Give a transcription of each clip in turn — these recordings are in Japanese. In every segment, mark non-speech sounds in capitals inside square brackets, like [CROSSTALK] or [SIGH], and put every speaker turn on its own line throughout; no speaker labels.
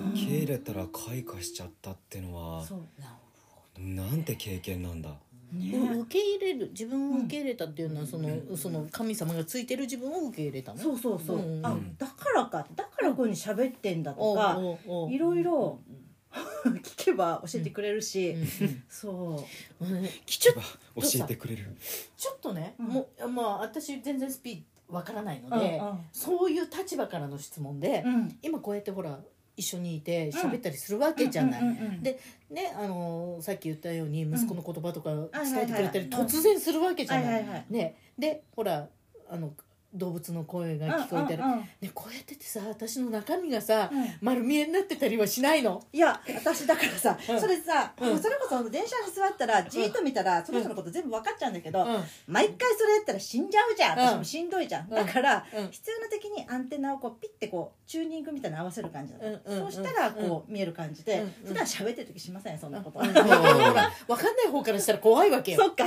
あ受け入れたら開花しちゃったってのは
そう
な
なんて経験なんだ
ね
う受け入れる自分を受け入れたっていうのはそのその神様がついてる自分を受け入れたの
そうそうそう、
うん
あだからかだからこういうふうに喋ってんだとか、
おうおうおう
いろいろ [LAUGHS] 聞けば教えてくれるし、
うん
そう
うん
聞けば教えてくれる
[LAUGHS] ちょっとね、
うん
もうまあ私全然スピーわからないので、
うん
そういう立場からの質問で、
うんうん
今こうやってほら一緒にいて喋ったりするわけじゃない、
うんうんうんうん
でねあのーさっき言ったように息子の言葉とか伝えてくれた
はい
り、
はいはい
突然するわけじゃ
は
ないい。
はいはい
ねでほらあの動物の声が聞こえたり、ね、こうやっててさ私の中身がさ、
うん
丸見えになってたりはしないの
いや私だからさ、
うん
それさ、
うん
それこそ電車に座ったらじーっと見たら、その人のこと全部分かっちゃうんだけど、 [LAUGHS]
うん
毎回それやったら死んじゃうじゃん
うん
私もしんどいじゃん、
うん
だから、
うん
必要な時にアンテナをこうピッてこうチューニングみたいなの合わせる感じなの、
うんうんうん
そうしたらこう見える感じで、
うんうん
普段喋ってる時しませんそんなこと、
うん
そ
ほら分かんない方からしたら怖いわけよ
っか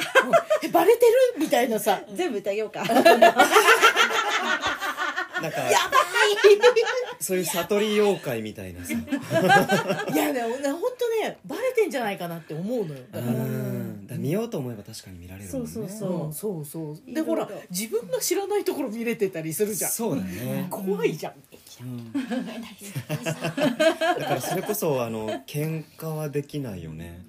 えバレてるみたいなさ
全部歌いようか [LAUGHS]
なんかそういう悟り妖怪みたいなさ
いやね本当ねバレてんじゃないかなって思うのよだ
う
から
んだから見ようと思えば確かに見られるもんね
そうそう
そうそうそうで
いろ
ほ
いろ
ら自分が知らないところ見れてたりするじゃん
そうだね
怖いじゃん
だからそれこそあの喧嘩はできないよね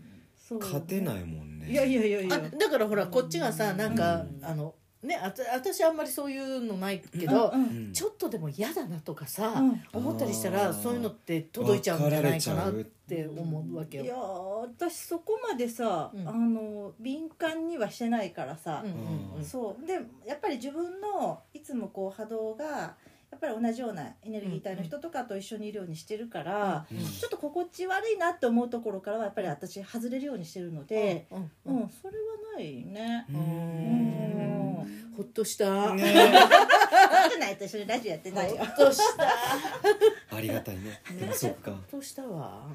そう
勝てないもんね
いやいやいやい
あ
や
だからほらこっちがさなんか
うん
あのねあた私あんまりそういうのないけど
うん
うん
ちょっとでも嫌だなとかさ
うん
思ったりした
あ
ら
ー
そういうのって届いちゃうんじゃないかなって思うわけ
い
よ
やー私そこまでさ、
うん
あの敏感にはしてないからさ、
うんうんうん
そうでやっぱり自分のいつもこう波動がやっぱり同じようなエネルギー体の人とかと一緒にいるようにしてるから、
うん
ちょっと心地悪いなって思うところからはやっぱり私外れるようにしてるので、
うん
う
うんん
それはないね。
う
うんん、
ほっとした
ね
会ってないと一緒にラジオやってないよ。
とした
ありがたいねでもそっか
とした [LAUGHS] わ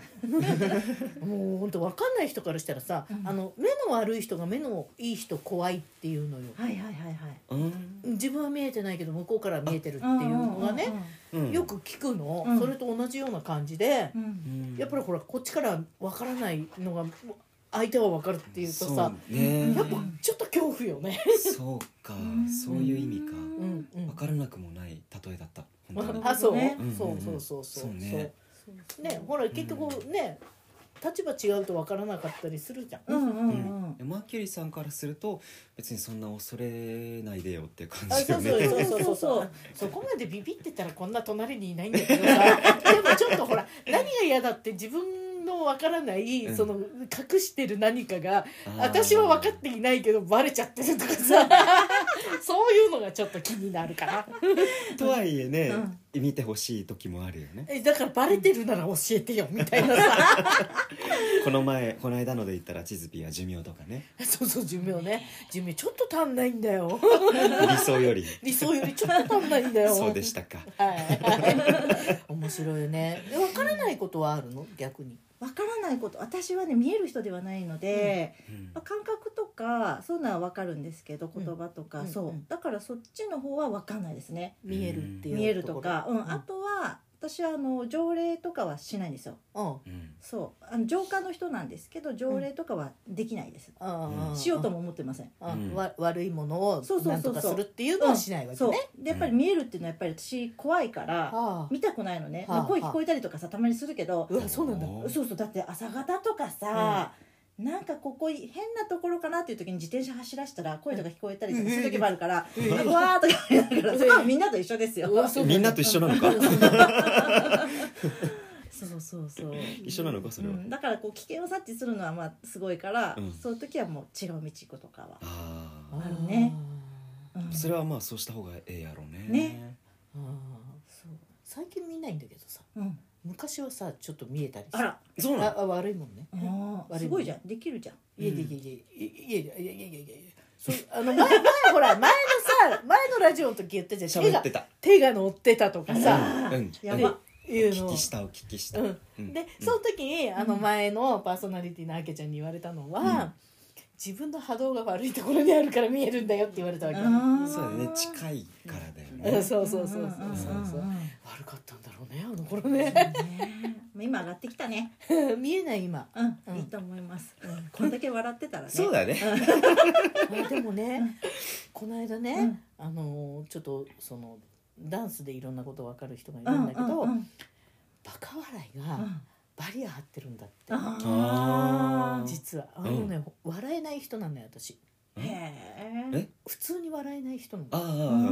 もう本当わかんない人からしたらさ、
うん
あの目の悪い人が目のいい人怖いっていうのよ
はいはいはいはい。
うん
自分は見えてないけど向こうから見えてるっていうのがね、
うん
よく聞くの、
うん
それと同じような感じで
う、ん。
うん
やっぱりほらこっちからわからないのが相手はわかるっていうと
そう
さ
ね
やっぱちょっと恐怖よね、
そうかそういう意味か
う
うんんうん
分からなくもない例えだった本当に
あそう、
ね
そうそうそうそう
そうね
そうねほら結局ね立場違うとわからなかったりするじゃん、
うんうん
う
うん
ん。マーキュリーさんからすると別にそんな恐れないでよっていう感
あ
じ
そ
よ
う
ね
そう
ね
そうそうそうそこまでビビってたらこんな隣にいないんだけどさでもちょっとほら何が嫌だって自分のわからない、
うん
その隠してる何かが
あー
私は分かっていないけどバレちゃってるとかさそういうのがちょっと気になるかな
とはいえね、見てほしい時もあるよね
えだからバレてるなら教えてよみたいなさ
この前この間ので言ったらチズピーは寿命とかね
そうそう寿命ね寿命ちょっと足んないんだよ
理想より
理想よりちょっと足んないんだよ
そうでしたか
はい、面白いねえ分からないことはあるの逆に
わからないこと私はね見える人ではないので、
うん
まあ感覚とかそういうのはわかるんですけど
うん
言葉とか、
うん
そう、
うん
だからそっちの方はわかんないですね
見えるっていう
見えるとか、うん
ころ
あとは私はあの条例とかはしないんですよ
うん
うん
そうあの浄化の人なんですけど条例とかはできないです、
ああ
しようとも思ってません、
あ
うん
わ悪いものを
そうそうそう
なんとかするっていうのはしないわけ
そう
ね。
でやっぱり見えるっていうのはやっぱり私怖いから
ああ
見たくないのね、
はあ
まあ声聞こえたりとかさたまにするけど、
うわそうなんだ。
おー
そうそうだって朝方とかさ、なんかここ変なところかなっていう時に自転車走らしたら声とか聞こえたりとかする時もあるから「うわ」とか言いながらそこはみんなと一緒ですよ。
うわそう
みんなと一緒なのか
そうそうそう
一緒なのかそれは、
うんだからこう危険を察知するのはまあすごいから、
うん
そういう時はもう違う道行くとかは。
あ
あ
あ
るね。
うん
それはまあそうした方がええやろうね
ね
あーそう最近見ないんだけどさ、
うん、
昔はさちょっと見えたりして
あら、
そうなの
ああ悪いもんね。
あー
悪い
すごいじゃんできるじゃん。
いやいやいやいやいやいやいやいやいやいやいや。そうあの前前ほら前のさ前のラジオの時言ってたじゃん手
喋っ
が
てた
手が乗ってたとかさ
うんうん
や
う
ば
ん
い
いう
お
の
聞
を
きしたお聞きした、
うん
うん
でその時にあの前のパーソナリティのあけちゃんに言われたのは、自分の波動が悪いところにあるから見えるんだよって言われたわけ、
あー
そうだね近いからだよ
う
ね
んそうそうそうそうそうそう
ん
ん
んん
悪かったんだろうねあの頃ね
ね今上がってきたね。
[LAUGHS] 見えない今
うん、
うん
いいと思います。こんだけ笑ってたらね。
そうだね
あでもねこの間ね、
うん
あのーちょっとそのダンスでいろんなこと分かる人がい
うん
る
うんん
だけど、
うん
バカ笑いが
うん
バリア張ってるんだって、
あー
実はあのね、笑えない人なのよ私
ー
へ
え
え
普通に笑えない人なの、
あ
う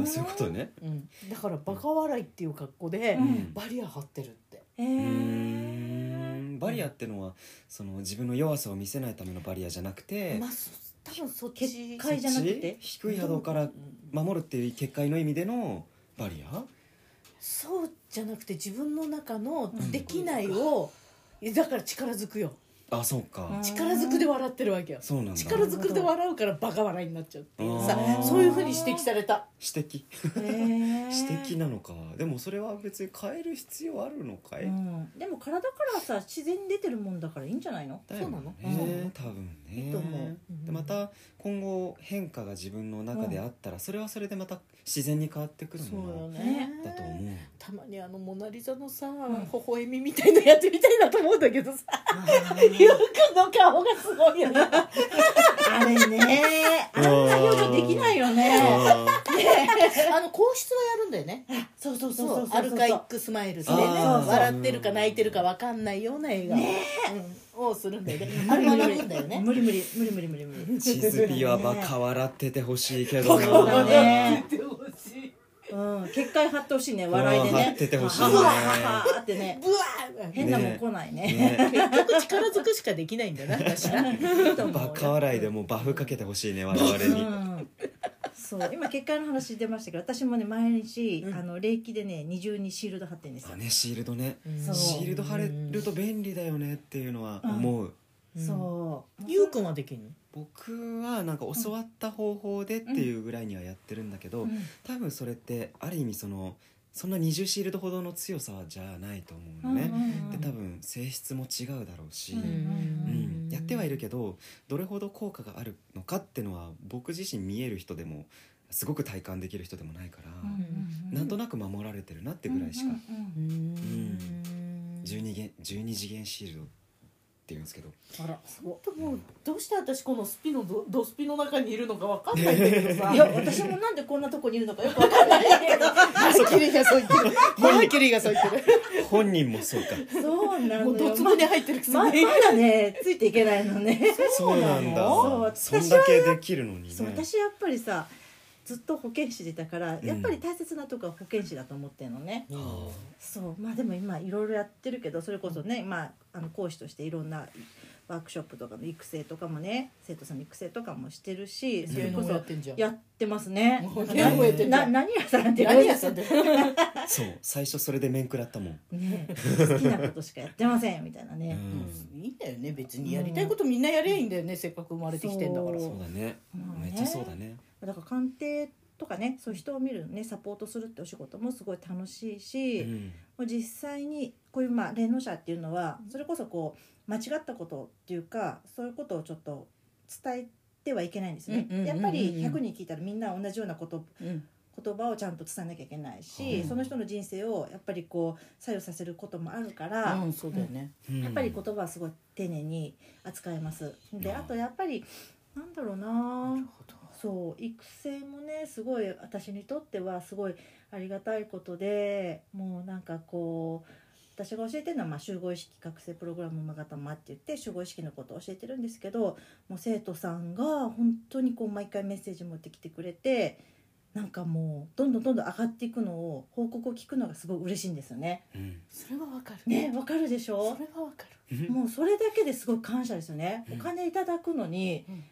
あ
ん
そういうことね
うん、だからバカ笑いっていう格好で、
うん
バリア張ってるって
へ
う
え
んバリアってのはその自分の弱さを見せないためのバリアじゃなくて
まあ、そ多分そっち
結界じゃなくて
低い波動から守るっていう結界の意味でのバリア
そうじゃなくて自分の中の
うん
できないを、だから力ずくよ
あそうか、
うん
力ずくで笑ってるわけよ
そうなんだ
力ずくで笑うからバカ笑いになっちゃうっていうさ
あー
そういうふうに指摘された
指摘 [LAUGHS]
へえ
指摘なのかでもそれは別に変える必要あるのかい、
うんでも体からさ自然に出てるもんだからいいんじゃないの
だよ
そうなの
ね多分ね
いいと思う
でまた今後変化が自分の中であったらそれはそれでまた自然に変わってくる
そうよ
も
ね
のだと思う
たまにあの「モナ・リザ」のさ微笑みみたいなやってみたいなと思うんだけどさゆうくんの顔がすごいよね [LAUGHS]
あれねあんな表情できないよね
あ
あの皇室はやるんだよね
そうそうそう
そ
そうう
アルカイックスマイルでね
あー
笑ってるか泣いてるか分かんないような笑顔、うん、をするんだよねあれ学ぶんだよね
無理無理無理無理無理無理無
ー
理
チズピはバカ笑っててほしいけど
そう
な
だね
見てほしい
うん結界張ってほしいね笑いでね
張っててほしいね
ははははってね
ブワー
変なもん来ないね
ね
結局力尽くしかできないんだな私な
バカ笑いでもうバフかけてほしいね我
う
々に
んそう今結界の話出ましたけど私もね毎日
うん
あの霊気でね二重にシールド貼ってるんです
あ
よ
ねシールドね
そう
シールド貼れると便利だよねっていうのは思う
うん
そう
ゆうくんはできん
僕はなんか教わった方法でっていうぐらいにはやってるんだけど、
うん
多分それってある意味そのそんな20シールドほどの強さじゃないと思うのね、
うん
で多分性質も違うだろうし、
う
うんん
ん
やってはいるけどどれほど効果があるのかってのは僕自身見える人でもすごく体感できる人でもないから、
うん
なんとなく守られてるなってぐらいしか、
うんうんうん
うん
12, 元12次元シールドって言うんですけど
あらすご
でもどうして私このスピのドドスピの中にいるのか分かんないんだけどさ
いいや私もなんでこんなとこにいるのかよくわかんないけど
マルキュリーがそう言ってるマルキュリーがそう言ってる
本人もそうか
そうな
もう
の
ど
よ
つぼに入ってるくせに、
ままだねついていけないのね
そうなんだ
そ
そう
私は
んだけできるのにね
そう私やっぱりさずっと保健師でいたから
うん
やっぱり大切なとこは保健師だと思ってるのね、
は
そうまあでも今いろいろやってるけどそれこそね、まあ、あの講師としていろんなワークショップとかの育成とかもね生徒さんの育成とかもしてるしそ
そうい
れ
う
こ
のもや
そ
ってんじゃん
やってますね。
もう結構やってんじゃ
なん何屋さんって
何やってんだよ
そう最初それで面食らったもん
ね好きなことしかやってませんみたいなね。
うん
いいんだよね別にやりたいことみんなやりゃいいんだよね、せっかく生まれてきてんだから
そう
そうだね
まあね
めっちゃそうだね
だから鑑定とかねそういう人を見るねサポートするってお仕事もすごい楽しいうし、も
ん
う実際にこういうまあ霊能者っていうのはそれこそこう間違ったことっていうかそういうことをちょっと伝えてはいけないんですよね。
うんうんうんうん
やっぱり100人聞いたらみんな同じようなこと
うん
言葉をちゃんと伝えなきゃいけないし、
うん
その人の人生をやっぱりこう作用させることもあるから、
うんそうだよね、
うん
やっぱり言葉はすごい丁寧に扱えます。であとやっぱりなんだろうな
なるほど
そう育成もねすごい私にとってはすごいありがたいことでもうなんかこう私が教えてるのは、まあ、集合意識覚醒プログラムマガタマって言って集合意識のことを教えてるんですけどもう生徒さんが本当にこう毎回メッセージ持ってきてくれてなんかもうどんどんどんどん上がっていくのを報告を聞くのがすごい嬉しいんですよね。
うん
それはわかる
ねわかるでし
そ
ょ
れはわかる
もうそれだけですごい感謝ですよね。
う
お
ん
金いただくのに
うん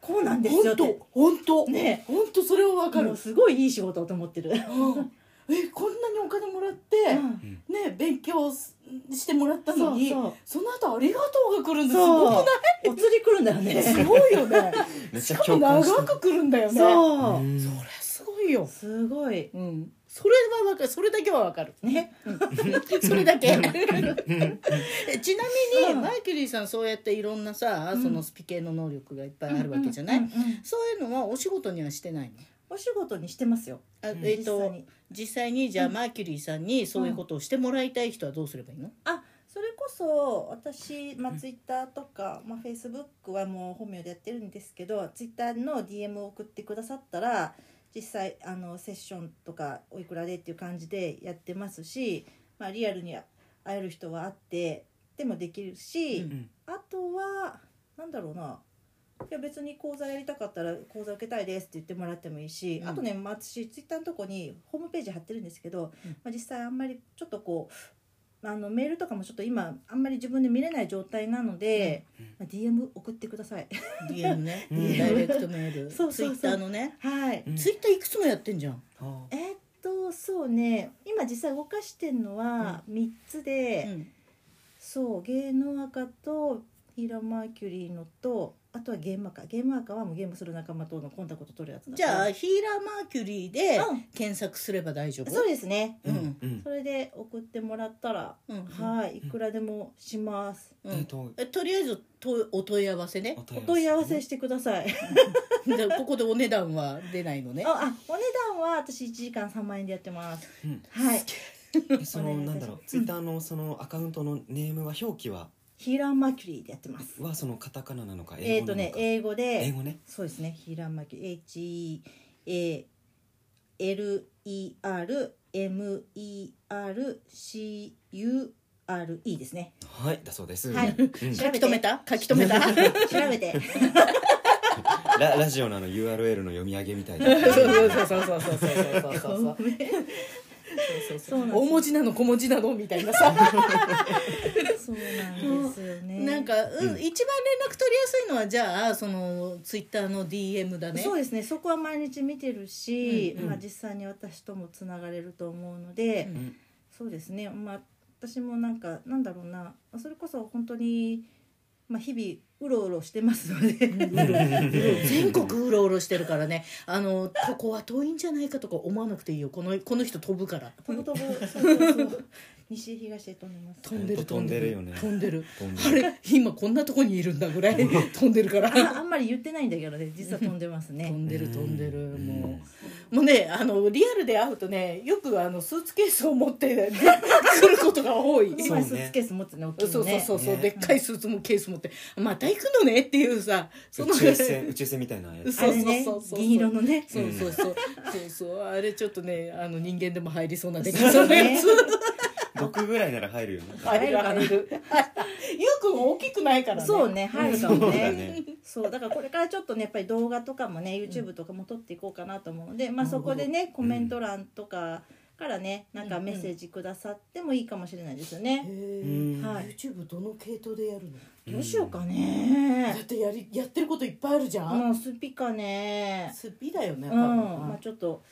こうなんですよ
本
って
当本当
ね
本当それはわか
も
る
うすごいいい仕事だと思ってる。
うんえこんなにお金もらって、
う
ね勉強すしてもらった
んそ
の
う
にそ
そう
の後ありがとうが来るんですす
そう
ごく
お釣り来るんだよ [LAUGHS] ね
ないすごいよね
めっち
し
ゃ
かも
共感し
長
た
く来るんだよね
そう、
うん
それすごいよ
すごい
うんそれはわかるそれだけはわ
[LAUGHS]
かる
ね
それだけえちなみに、
うん
マイケリーさんそうやっていろんなさ、
うん
そのスピ系の能力がいっぱいあるわけじゃない、
うんうんうん
そういうのはお仕事にはしてないの
お仕事にしてますよ
あ、
うん
えっ、
実際
と
に
実際にじゃあ、マーキュリーさんにそういうことをしてもらいたい人はどうすればいいの、
あそれこそ私、まあ、ツイッターとか、まあ、フェイスブックはもう本名でやってるんですけどツイッターの DM を送ってくださったら実際あのセッションとかおいくらでっていう感じでやってますし、まあ、リアルに会える人は会ってでもできるし、
うん
あとはなんだろうないや別に講座やりたかったら講座受けたいですって言ってもらってもいいし、
うん
あとね、まあ、私ツイッターのとこにホームページ貼ってるんですけど、
うん
まあ、実際あんまりちょっとこうあのメールとかもちょっと今あんまり自分で見れない状態なので、まあ DM 送ってください
DM ね、
うん
ダイレクトメール
そうそうそう
ツイッターのね、
はい、
うん
ツイッターいくつもやってんじゃん
あ
えーっとそうね今実際動かしてるのは3つで、
うん
そう芸能赤とヒーラーマーキュリーのとあとはゲーム赤ゲーム赤はもうゲームする仲間とのコンタクト取るやつだ
じゃあ
あ
ヒーラーマーキュリーで
うん
検索すれば大丈夫
そうですね
ーうんうん
それで送ってもらったら、
うん
はいいくらでもします、
う
えっ
ん
と
えとりあえずとお問い合わせね
お問い合わせしてください、
でここでお値段は出ないのね
ああお値段は私1時間3万円でやってます、
うん
はい
えそのなんだろうツイッターのそのアカウントのネームは表記は
ヒーラーマーキュリーでやってます
はそのカタカナなのか
え
英
っ、
語な
と
の
ね
か
英語で
英語ね
そうですねヒーラーマーキュリー HELERMERCURE ですね
はいだそうです
はい
うん
調
書
べ
き
て
留めた書き留めた
調べて
ララジオのあの URL の読み上げみたいな
そうそうそうそうそうそうそうそうそうそうそ
そう
う
なんです
大文字なの小文字なのみたいなさ
そうなんですよね
なんか、うん
うん
一番連絡取りやすいのはじゃあそのツイッターの DM だね
そうですねそこは毎日見てるし、
うんうん
まあ、実際に私ともつながれると思うので、
うん
そうですねまあ私もなんかなんだろうなそれこそ本当にまあ日々うろうろしてますので、
全国うろうろしてるからねあのここは遠いんじゃないかとか思わなくていいよこのこの人飛ぶから
とぼとぼそうそうそう西へ東へ飛んでます
飛んでる
ほんと飛んでるよね
飛んでる
飛んで
あ
る
れ今こんなとこにいるんだぐらい飛んでるから
[LAUGHS]
ああんまり言ってないんだけどね実は飛んでます
飛
ね
んでる飛んでる
うん
もうもうねあのリアルで会うとねよくあのスーツケースを持って、ね、 [LAUGHS] 来ることが多い
この
う
前
ね
スーツケース持ってね大きい
そう
の
そう
ね
そうそう、
ね
でっかいスーツもケース持ってまた行くのねっていうさその
宇宙船宇宙船みたいなやつ
あれね
そうそうそうそう
銀色のね
そうそうそう、
[LAUGHS]
そうそうあれちょっとねあの人間でも入りそうなでか
そ
さ
う
のや
ね
つ
僕ぐらいなら入るよね
入る入るゆうくん大きくないからね
そうね入るかも
そうだ
ね
ね
そうだからこれからちょっとねやっぱり動画とかもね YouTube とかも撮っていこうかなと思うので、まあ、そこでねコメント欄とかからねなんかメッセージくださってもいいかもしれないですよね。
え
うん
はい
YouTube どの系統でやるの
どうしようか
だっ
ね。
てやりやってることいっぱいあるじゃん
もうスピかね。
スピだよね
う
多
ん、
分、
まあちょっと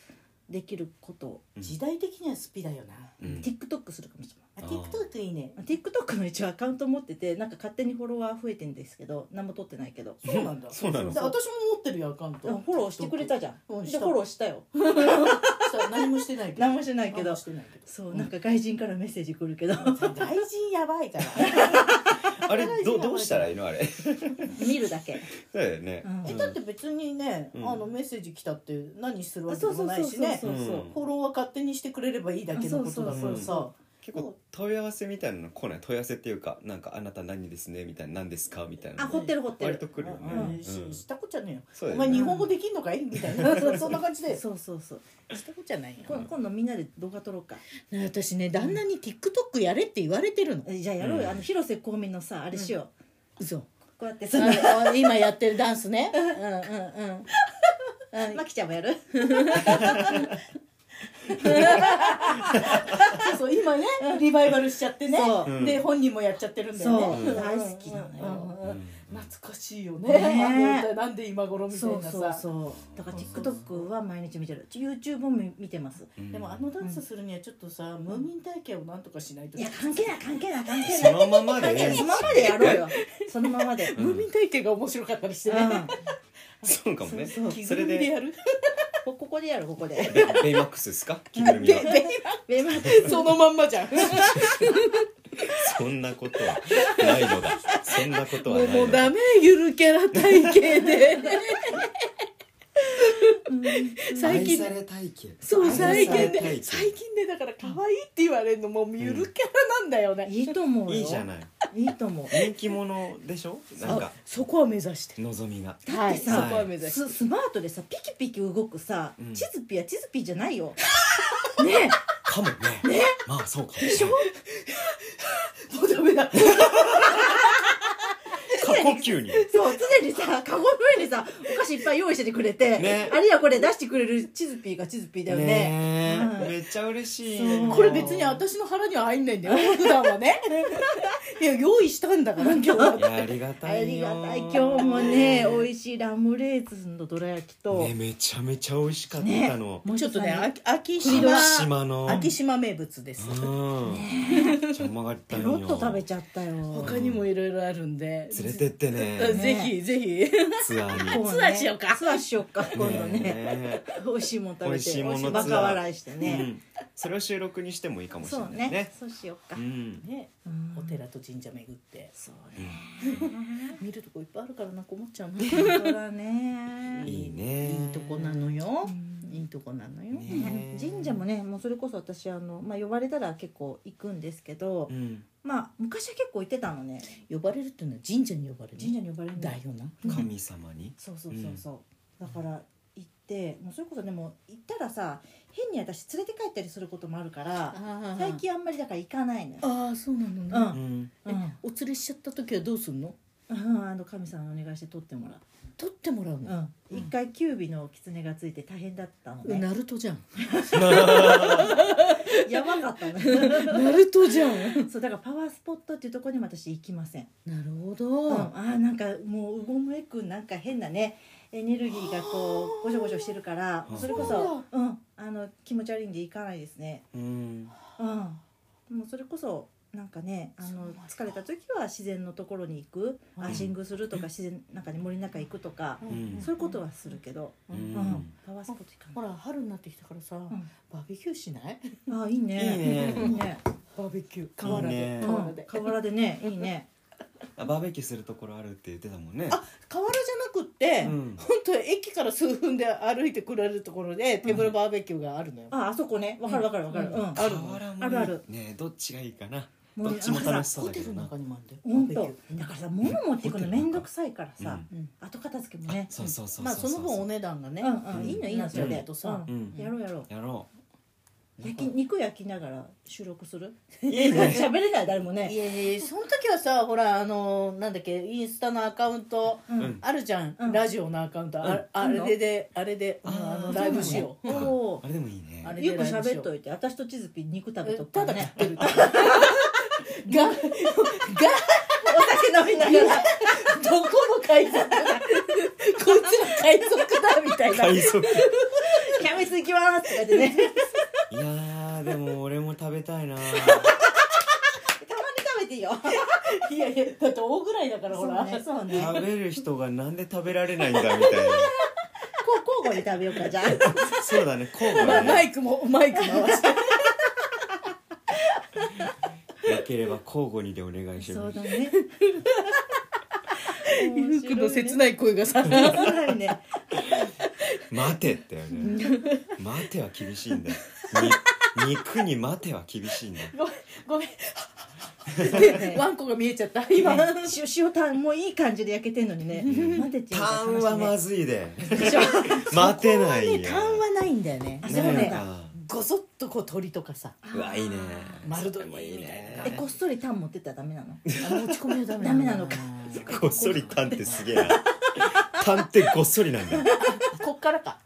できることを
うん
時代的にはスピだよな
うん
TikTok するかもしれない。
あ
あ
TikTok いいね
TikTok の一応アカウント持っててなんか勝手にフォロワー増えてんですけど何も取ってないけど
そうなんだ
そうなの
だから私も持ってるよアカウン
フ
ト
ォローしてくれたじゃ
うんん
で
し
フ
た
ォローしたよ
そう何もしてないけど
何もしてないけ
何
ど
もしてないけど
そうなんか外人からメッセージ来るけど
大臣やばいから
あれどうどうしたらいいのあれ [LAUGHS]
見るだけ
そうだよね
うん
えだって別にね、
うん
あのメッセージ来たって何するわけで
そう
も
そう
な
そう
い
そう
し
そう
ね
そう
うん
フォローは勝手にしてくれればいいだけのことだ
あ
か
そうそ
ら
うそう
さ
結構問い合わせみたいなの来ない問い合わせっていうかなんかあなた何ですねみたいな何ですかみたいな
あ掘ってる掘って
割
る
と来るよね
うん
うん
ししたこっちゃね
そう
えよ
だ
お
よね
前日本語できんのかいみたいなそそんな感じで
そうそうそう
したこっちゃない
今今度みんなで動画撮ろうか
私ね旦那に TikTok やれって言われてるの
えじゃあやろう
うん
よあの広瀬香美のさあれしよ
嘘
うこうやってさ
あの今やってるダンスねうん [LAUGHS] うんうん
まきちゃんもやる
そう今ねリバイバルしちゃってね
そう
で本人もやっちゃってるんだよ
そう
ね
ん
大好きなのよ
うんうんうん懐かしいよね
ねえ
あ [LAUGHS] の歌なんで今頃みたい
そう
なさ
そうそうだから TikTok は毎日見てる YouTube も見見てます
うん
でもあのダンスするにはちょっとさ、ムーミン体験をなんとかしないと
いや関係ない関係ない関係な
そ
い
のままで
関係ないそのままでやろうよそのまま [LAUGHS] で、
ん
ムーミン体験が面白かったりしてね、
う
そうかもね
そうそう
着
そ
ぐる
れ
みで
で
やる
ん、ここでやるここで
[LAUGHS]
ベベイマックスですか着ぐるみは
[LAUGHS] ベイマック
そのまんまじゃん
そんなことはないのだそんなことはな
もう
い
も
の
う
だ
ダメゆるキャラ体型で最近
愛され体験
そう
愛
最
され
近
体
で
験
最近でだから可愛いって言われるのもうゆるキャラなんだよね、
いいと思うよ
いいじゃない
いいと思う
人気者でしょなんか
あそこは目指して
望みが
だってさ
はい、そこは目指して
ススマートでさピキピキ動くさ、
うん
チズピはチズピじゃないよ [LAUGHS] ね
かもねまあそうかもね
もうダメだ
過呼吸に
えそう常にさカゴの上にさお菓子いっぱい用意しててくれて、
ね
あるいはこれ出してくれるチズピーがチズピーだよね
ね
うん
えめっちゃ嬉しい
そう
これ別に私の腹には入んないんだよ普段
[LAUGHS]
はねいや用意したんだから今日はい
やありがた
あ
い
り
よ
がたい今日もね美味しいラムレーズンのどら焼きと、
ねめちゃめちゃ美味しかったの
ね
ちょっとねあき秋
島
島
島の
秋島名物です
うんめっちゃうまかった
ペ
の
ロ
よ
ッと食べちゃったよ
他にもいろいろあるんで
連れてって
うん
ね
ぜひぜひ
ツアーに
今度ね
ツアーしようか
ツアーしようか今度ね
ね
美味しいもん食
美
べ
味していものツアー
バカ笑いして
う
ね、
んそれを収録にしてもいいかもしれ
そう
ない
ね
ね
そうしようか、
うん
ね
うん
お寺と神社巡って
そうね
見るとこいっぱいあるからなんか思っちゃうな
本当だね
[LAUGHS] いい
い
ね
いとこなのよ
うん
いいとこなのよ
ね
ね神社もねもうそれこそ私あの、まあ、呼ばれたら結構行くんですけど、
うん
まあ昔は結構行ってたのね
呼ばれるっていうのは神社に呼ばれるの
神社に呼ばれるん
だよな
神様に
そうそうそうそう、だから行ってもうそれこそでも行ったらさ変に私連れて帰ったりすることもあるから最近あんまりだから行かないのよ、
ああそうなのね
うん
うん
う
え
ん
お連れしちゃった時はどうすんの
うん、あの神様にお願いして取ってもらう
取ってもらうの、
うん、一回キュービの狐がついて大変だったの
う
ね
ナルトじゃん
やばかった [LAUGHS] ね
ナルトじゃん
そうだからパワースポットっていうところにも私行きません、
なるほ
う
ど、
ん、あーなんかもううごむえくなんか変なねエネルギーがこうごしょごしょしてるから
あ
それこ
そうな
そう
ん、
ん、あの気持ち悪いんで行かないですね
うん
うんもうそれこそなんかねあ
そうな
の
んだ
疲れた時は自然のところに行く
うん
アシングするとか自然なんかね森の中行くとか
うん
そういうことはするけど、
う
うん
ん
パワースポット行かない
ほら春になってきたからさ、
ん
バーベキューしない
あーいいね
いいね
いいね
バーベキュー河原
いいね
で
う
河原
ん
で、
河原でねいいね
あバーベキューするところあるって言ってたもんね
あ河原じゃなくって、
うん
本当駅から数分で歩いてくれるところで手ぶらバーベキューがあるのよ、
ああそこねわかるわかるわかる
うん
うん
あ
あ
る
る
あるある
ねえどっちがいいかな
もう
ど
ね
っちも楽しそう
ホ
だけ
テ
ど
ルの
な
中にもあるんだよ
本
バー
当
ベキ
だからさ物持ってくのめんどくさいから
う
さ
ん
ュー、うん
後片付けもね
そうそうそうそう
まあその分お値段がね、
うんうんいいのいいの
なっ
そ
ちゃ
れ
うけ
で
どさ、
うん
うん
やろうやろ
やろ
焼き肉焼きながら収録する
いいね
喋れない誰もね
いやいやその時はさほらあのなんだっけインスタのアカウント
うん
うん
あるじゃん、
うん
ラジオのアカウント、あれあ
あんの
れであれで、うんあのライブしよう、
おお
あれでもいいね
あれ
ーよく喋っといて私とチズピー肉食べとくか
た
ら
だ食
ね
ってるが [LAUGHS] が
お酒飲みながら
どこの海賊だこいつら海賊だみたいな
海藻
キャベツ行きますとか言ってね
いやーでも俺も食べたいな
たまに食べていいよ
いやいやだって大ぐらいだからほ
そう
ら、
ねそうね
食べる人がなんで食べられないんだみたいな
こう交互に食べようかじゃあ
そうだね交互
まあ
だ
マ
ね
イクもマイク回して
よければ交互にでお願いし
そ
ま
う
す
だね。
ゆうくんの切ない声がさ
切ないね。
待てってよね待ては厳しいんだよに肉に待ては厳しいんだよ
ごめんごめん
ね
[LAUGHS] ワンコが見えちゃった今
塩塩タンもいい感じで焼けてんのにね。待てち
タ
ゃうから
ーン
楽しいね
はまずいで
でしょ
待てない
ね
よ
タンはないんだよね
あそうなんだ
ないのか
ごそっとこう鳥とかさ
うわいいね
丸鶏
もいい
みたい
ね
な
えこっそりタン持ってったらダメなの。
あ持ち込みはダメ
ダメなのか
こっそりタンってすげえなタンってごっそりなんだ
こっから [LAUGHS] か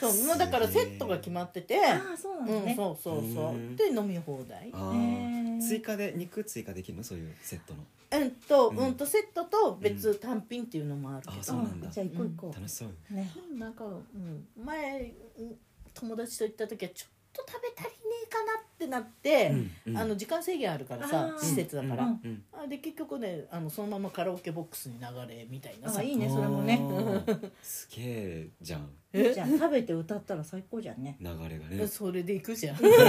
そうもうだからセットが決まってて
ああそうなんだ
うん
ね。
そうそうそう
うん
で飲み放題
あ
へ
ー
ー
追加で肉追加できるのそういうセットの
うんと
うん
うんとセットと別単品っていうのもあるけ
あ
ど
そうなんだ
あじゃあ行こう行こ
楽しそう
う。ね。
うんなんかうん前うん友達と行った時はちょっと食べ足りねえかなってなって、
うん
あの時間制限あるからさ
あー
施設だから、
うん
うん
あで結局ねあのそのままカラオケボックスに流れみたいな
あ
さ
あいいねそれもね。
あーすげえじゃん
じゃあ食べて歌ったら最高じゃ [LAUGHS] んね。
流れが
うん
ね
それで行くじゃん
行こう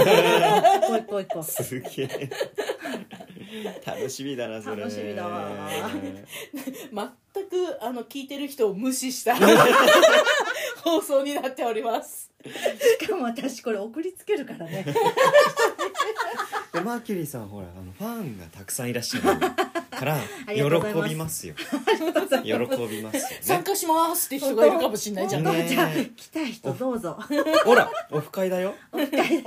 行こう行こう。
すげえ楽しみだなそれ
楽しみだわ
全くあの聞いてる人を無
[LAUGHS]
視した放送になっております
しかも私これ送りつけるからね。
でマーキュリーさんほらあのファンがたくさんいらっしゃるから
ありがとうございます
喜びますよ喜
[LAUGHS]
びますよ
参
ね
加しますって人がいるかもしれないじゃん
ね
本当じゃあ来たい人どうぞ。
ほらオフ会だよ
オフ会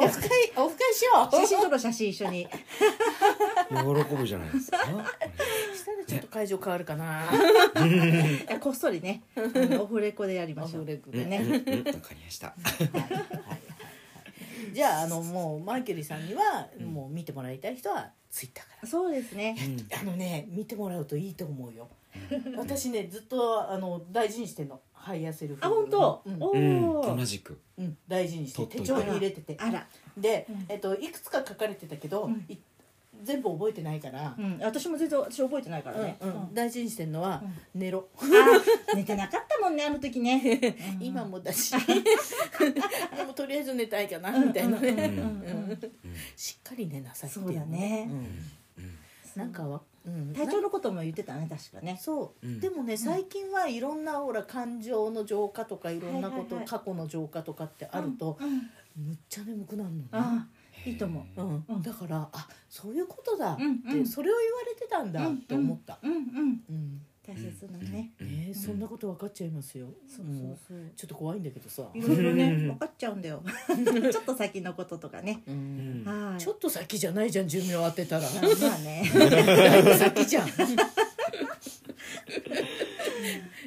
オフ会しよう
写真撮ろう写真一緒
[LAUGHS]
に。
喜ぶじゃないですか
したらちょっと会場変わるかな
こっそりね。あのオフレコでやりま
オ
しょ
フ
う。
レコ
うん
で
うん
ね
うんわかりました
[LAUGHS] じゃああのもうマーキュリーさんにはもう見てもらいたい人はツイッターから
そうですね。
あのね見てもらうといいと思うよ私ねずっとあの大事にしてんのハイヤーセルフ
あ本当。
うん
お
うん
お
同。じく
うん大事にして
取っとい
手
て
帳に入れてて
あら。
で、
うん
えっと、いくつか書かれてたけど、
うん
い全部覚えてないから
う、ん、私も全然私覚えてないからね、
うんうん大事にしてんのは、寝ろ
あ寝てなかったもんねあの時ね
今もだしでもとりあえず寝たいかな [LAUGHS] みたいなね、
うんうん
うん
うん
しっかり寝なさいってい
そうだね
うんなんかは、うん
体調のことも言ってたね確かね
そ
う
う、
ん
でもね最近はいろんなほら感情の浄化とかいろんな
はい
こと、
はいはい
過去の浄化とかってあると、
うんうん
むっちゃ眠くなるのね。
ああいいと思う
うん
うん
だからあそういうことだって、
うんうん
それを言われてたんだって思った、
うんうん
うん
大切なね
ねえそんなこと分かっちゃいますよ、
そう
も
そうそう
ちょっと怖いんだけどさ、
いろいろ
う
ね
ん
分かっちゃうんだ
[LAUGHS]
よちょっと先のこととかね
う
うんん
はい
ちょっと先じゃないじゃん寿命当てたら
[LAUGHS] まあね
だいぶ先じ
[LAUGHS]
ゃん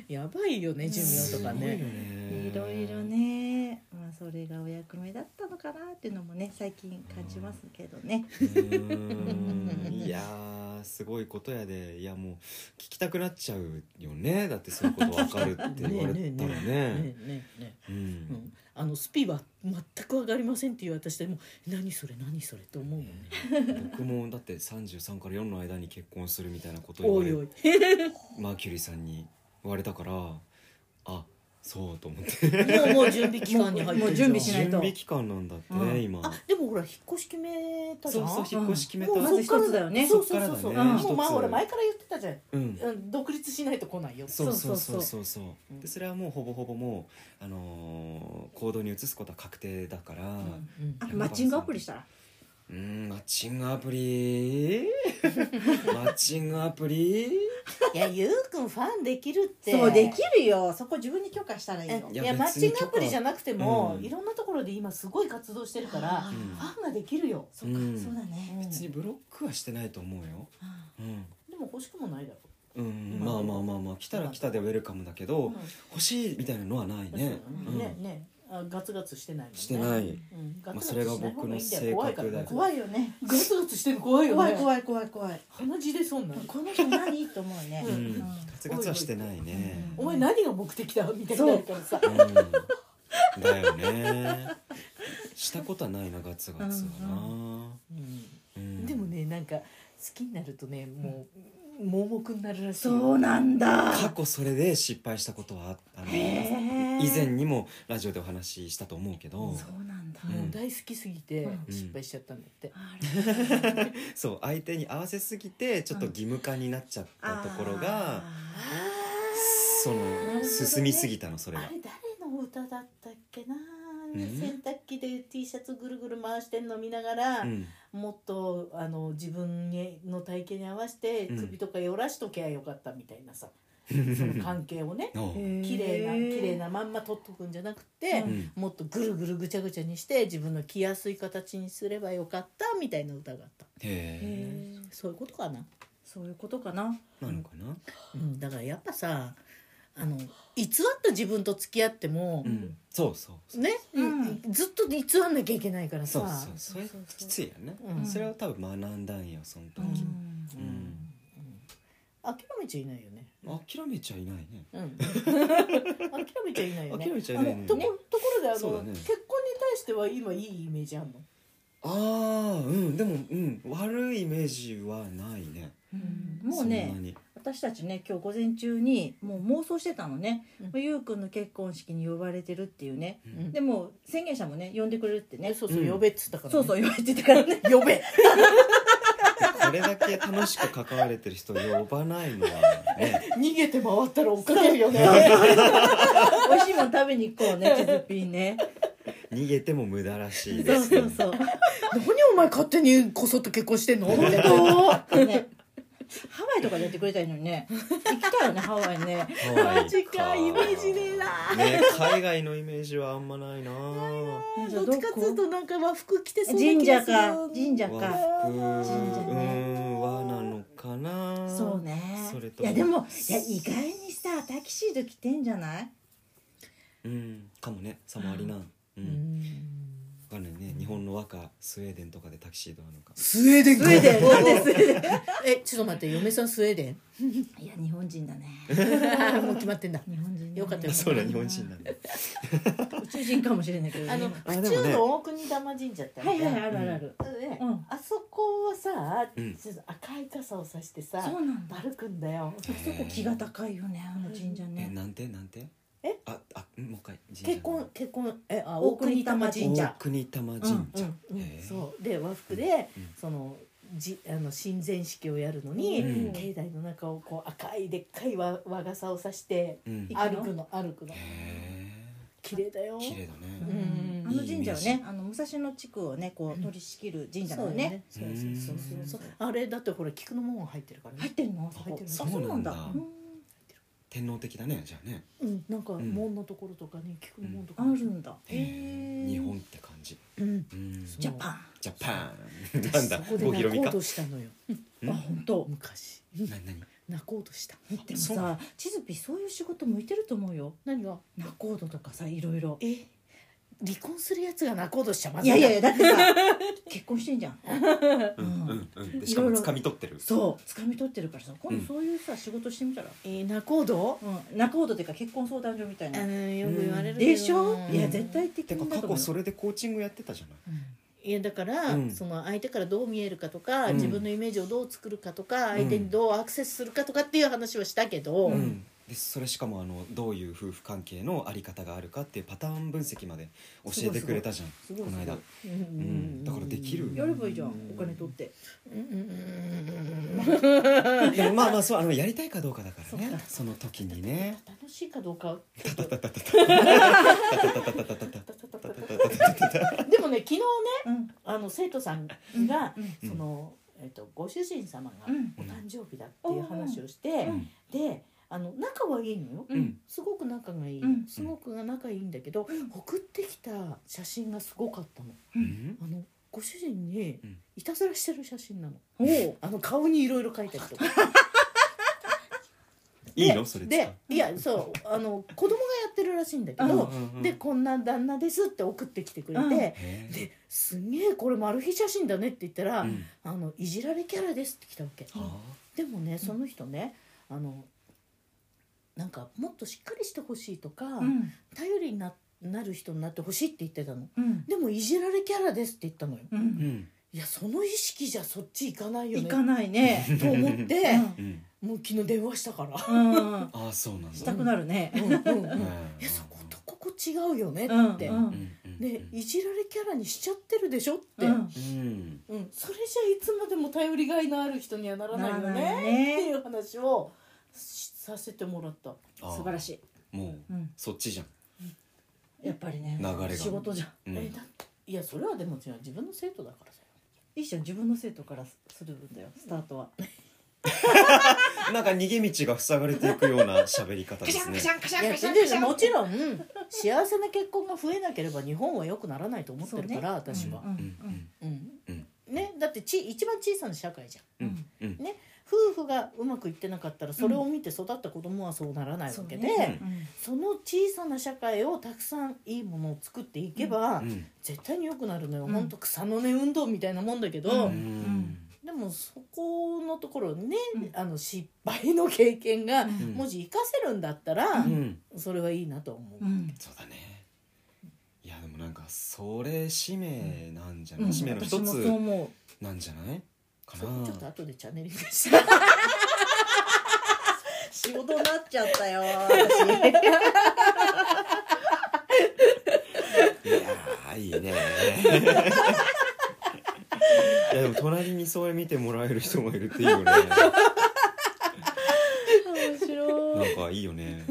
やばいよね寿命と
す
か
ごいよ
ね
いろいろねまあそれがお役目だったのかなっていうのもね最近感じますけどね
うーんいやーすごいことやでいやもう聞きたくなっちゃうよねだってそういうことわかるって言われたらね
ねえねえね
う
えうんんあのスピは全く上がりませんっていう私でも何それ何それと思うもんね
僕もだって33から4の間に結婚するみたいなこと言
お
わ
い
れ
おい
マーキュリーさんに言われたからあそうと思って
もうもう準備期間に入ってるじゃん
もう準備しない
準
と
備期間なんだって
う
ね
ん
今
あでもほら引っ越し決めたじ
そ
ゃん
うそう引っ越し決めた
うんまず一つだよね
そうそうそうそう、
そっからだね
もうまあ
一つ
ほら前から言ってたじゃん
うん
うん独立しないと来ないよ
そうそう
そ
そうう
そ
そうそうでそれはもうほぼほぼもうあのー行動に移すことは確定だから
うん
あマッチングアプリしたら
うーんマッチングアプリマッチングアプリ
いやゆうくんファンできるって
そうできるよそこ自分に許可したらいいよ
えい
い
や
や
マッチングアプリじゃなくても、
うん
いろんなところで今すごい活動してるから、
あ
うん
ファンができるよ、
そっか、
うん
そうだね、
うん
別に
で
ブロックはしてないと思うようん
も欲しくもないだろ
うん、
うん
まあまあまあまあ来たら来たでウェルカムだけど、
うん
欲しいみたいなのはないね
ね,、ねねあガツガツしてないもんね
してない
うん、ガ
あ
ツガツ
それが
しない方いいんだよ
僕の性格
怖いから
だよ
怖
怖
い
いよね
ガツガツしてる怖いよ、ね、
怖い怖い怖い怖い
鼻血出そうになる
この人何と思うね、
うん、
うん
ガツガツはしてないね
お前何が目的だみたいになるからさ
うん、だよねしたことはないなガツガツはな、
う
うん
んでもねなんか好きになるとねもう盲目になるらしいよ
そうなんだ
過去それで失敗したことはああの
へー
以前にもラジオでお話ししたと思うけど
そうなんだ、
もう大好きすぎて
うん
失敗しちゃったんだって、
あら
そう相手に合わせすぎてちょっと義務化になっちゃったところが、
あ
そ
ほど
の
ね
進みすぎたのそれ
あ
は
れ誰の歌だったっけな、
うん
洗濯機で T シャツぐるぐる回してんの見ながら、
うん
もっとあの自分の体型に合わせて
うん
首とかよらしときゃよかったみた
[LAUGHS]
いなさ、その関係をね
の
ーへー
綺麗な綺麗なまんま取っとくんじゃなくて、
ん
もっとぐるぐるぐちゃぐちゃにして自分の着やすい形にすればよかったみたいな歌があった
へ
へー
そういうことかな、
そういうことかな
えなのかな
うん、だからやっぱさあの偽った自分と付き合っても、
うんそうそうそう
ね、
うん
ずっと偽らなきゃいけないからさ
そうそうそれ
そうそうそう
きついよね
うん
それを多分学んだんよその
う
時
ん
うん
諦めちゃいないよね、
諦めちゃいないね
[LAUGHS] うん、諦めちゃいないよね
諦めちゃいない
あ
ね
のとこところであ
そう
の、
だね
結婚に対しては今いいイメージあんの、
あーうんでもうん悪いイメージはないね
うんもうね
そんなに
私たちね今日午前中にもう妄想してたのね、
う
ゆうくんの結婚式に呼ばれてるっていうね、
うん
でも宣言者もね呼んでくれるってね
そうそう、
うん
呼べっつったから、
そうそう言われてたから
[LAUGHS]
ね
呼べ
これだけ楽しく関われてる人呼ばないのはね
[LAUGHS] 逃げて回ったら追っかけるよね
美味しいもん食べに行こうねチズピーね
逃げても無駄らしい
そ
で
う
す
そうそう
何お前勝手にこそっと結婚してんのみたいな
ねハワイとかでやってくれたらいいのにね行きたいよねハワイね
ハワイ
マジかイメージねえな
ね海外のイメージはあんまないな
どっちかっつうとなんか和服着てそうな
神
気が
社
する
か神社
和
か
服う
じ
ん和なのかな
そうね
それと
いやでもいや意外にさタキシード着てんじゃない
うんかもねさもありなう
うんん
わかんないね日本の和歌スウェーデンとかでタキシードなのか
スウェーデン
スウェーデンなんでスウェーデ
えちょっと待って嫁さんスウェーデン
ンいや日本人だね
[LAUGHS] もう決まってんだ
日本人だね
よかったよ
あそうだ日本人なんだ
宇宙人かもしれないけどね
あの
あ
府
でもね
中の大国玉神社ってある
はい
じゃ
は
ん
いあるあるある、
ね
うん
あそこはさ、
うん
ちょっと赤い傘をさしてさ
そうなんだ
歩くんだよ
そこ気が高いよねあの神社
え
ね
なんてなんて
え
ああうんもう一回神社
結婚結婚えあ
大
大
国
国
玉
玉
神
大
神社
国玉神
う
社
んうん
へえ
そうで和服で、
うん
そのじあの神前式をやるのに、
うん
境内の中をこう赤いでっかい和和傘をさして
うん
い
へ
くの
歩くの歩くの
え
綺麗だよ
綺麗だ
う
ね
ん
うん
あの神社はい
いイメー
ね
ジ
あの武蔵野地区をねこう取り仕切る神社な
そ
の
う
ね
ね
ね
そうそうそう
うん
そうそうあれだってほら菊の門が入ってるからね
入ってるの
入ってる
そこあ
そうなんだ
そうなんだうん
天皇的だねじゃあね
うん、なんか
ん
門のところとかね菊の門とか
あるんだ
へえ日本って感じ
うん
うん
そう
ジャパ
ジャパンなんだ
そこで
ごひろ
泣
み
こ
か
うとしたのよ
ンあ本当
昔
な何
泣こうとした
でも
そうな
さチズピそういう仕事向いてると思うよ
何が
仲人とかさいろいろ
え離婚するやつが泣こうとしちゃま
い
ず
やいやい
い
やだってさ [LAUGHS] 結婚してんじゃん
うんうんうんでしか
い
も
ろいろ
掴み取ってる
そう掴み取ってるからさ今
う
度
ん
そういうさ仕事してみたら
えー泣こうど
うん仲人っていうか結婚相談所みたいな
うんよく言われるけど
でしょいや絶対的
てか
だ
過
と思
去
う
それでコーチングやってたじゃない
いやだから、
うん
その相手からどう見えるかとか、
うん
自分のイメージをどう作るかとか相手にどうアクセスするかとかっていう話はしたけど、
う
うん、でそれしかもあのどういう夫婦関係のあり方があるかっていうパターン分析まで教えてくれたじゃん
すごい
こ
す
の
ごい
間
うん
うんだからできる
やればいいじゃんお金取って
うんうん
でもまあまあそうあのやりたいかどうかだからねその時にね
楽しいかどうかでもね昨日ね
うん
あの生徒さんが、そのえっとご主人様が
うん
お誕生日だっていう話をして、
うん
であの仲はいいのよ、
うん
すごく仲がいい、
うん
すごく仲いいんだけど、送ってきた写真がすごかったの。
うん
あのご主人に
うん
いたずらしてる写真なの。
おう
あの顔にいろいろ書いたりとか。
[LAUGHS] いいのそれ使
で
う
いやそうあの子供がやってるらしいんだけ
うん
ど、
うんうん
でこんな旦那ですって送ってきてくれて、
うん
で
へえ
すんげえこれマル秘写真だねって言ったら、
うん
あのいじられキャラですって来たわけ。
あ
でもねその人ね、あのなんかもっとしっかりしてほしいとか、
うん
頼りにななる人になってほしいって言ってたの。
うん
でもいじられキャラですって言ったのよ。
う
ーうんん
いやその意識じゃそっち行かないよ
行
ね
かないね
と思って、
うん
もう昨日電話したから。
うん
ああそうなんだ
したくなるね
うんうんうん
うん
いやそことここ違うよね
うん
って、
うん
うんうん
でいじられキャラにしちゃってるでしょって、
うん
うん
うんそれじゃいつまでも頼りがいのある人にはならないよ
なら
ね
ないね
っていう話をしさせてもらった
素晴らし
い
い
もう
うん
そっちじゃん
やっぱりね
流れが
仕事じゃ
う
ん
ん
えだいやそれはでも違う自分の生徒だからさ
いいじゃん自分の生徒からするんだよスタートは
なんか逃げ道が塞がれていくような喋り方ですね
いや全然もちろん幸せな結婚が増えなければ日本は良くならないと思ってるから、私は
う、んう
うんん
うん
うん
ね、だってち一番小さな社会じゃん
うんうん
夫婦がうまくいってなかったらそれを見て育った子供はそうならないわけで、
そう
ね
うん
その小さな社会をたくさんいいものを作っていけば、
うん
絶対に良くなるのよ、
うん
ほんと草の根運動みたいなもんだけど、
う
う
んん
でもそこのところね、
うん
あの失敗の経験が
ん
もし生かせるんだったら、
うん
それはいいなと思う。
うん
そうだねいやでもなんかそれ使命なんじゃ
う
なんい使命の一
私もそう
つ
思う
なんじゃないか
それちょっと
な
後でチャネリングして
仕事になっちゃったよ
いやーいいね [LAUGHS] いやでも隣にそれ見てもらえる人もいるっていいよね
面白い
なんかいいよ
[LAUGHS]
ね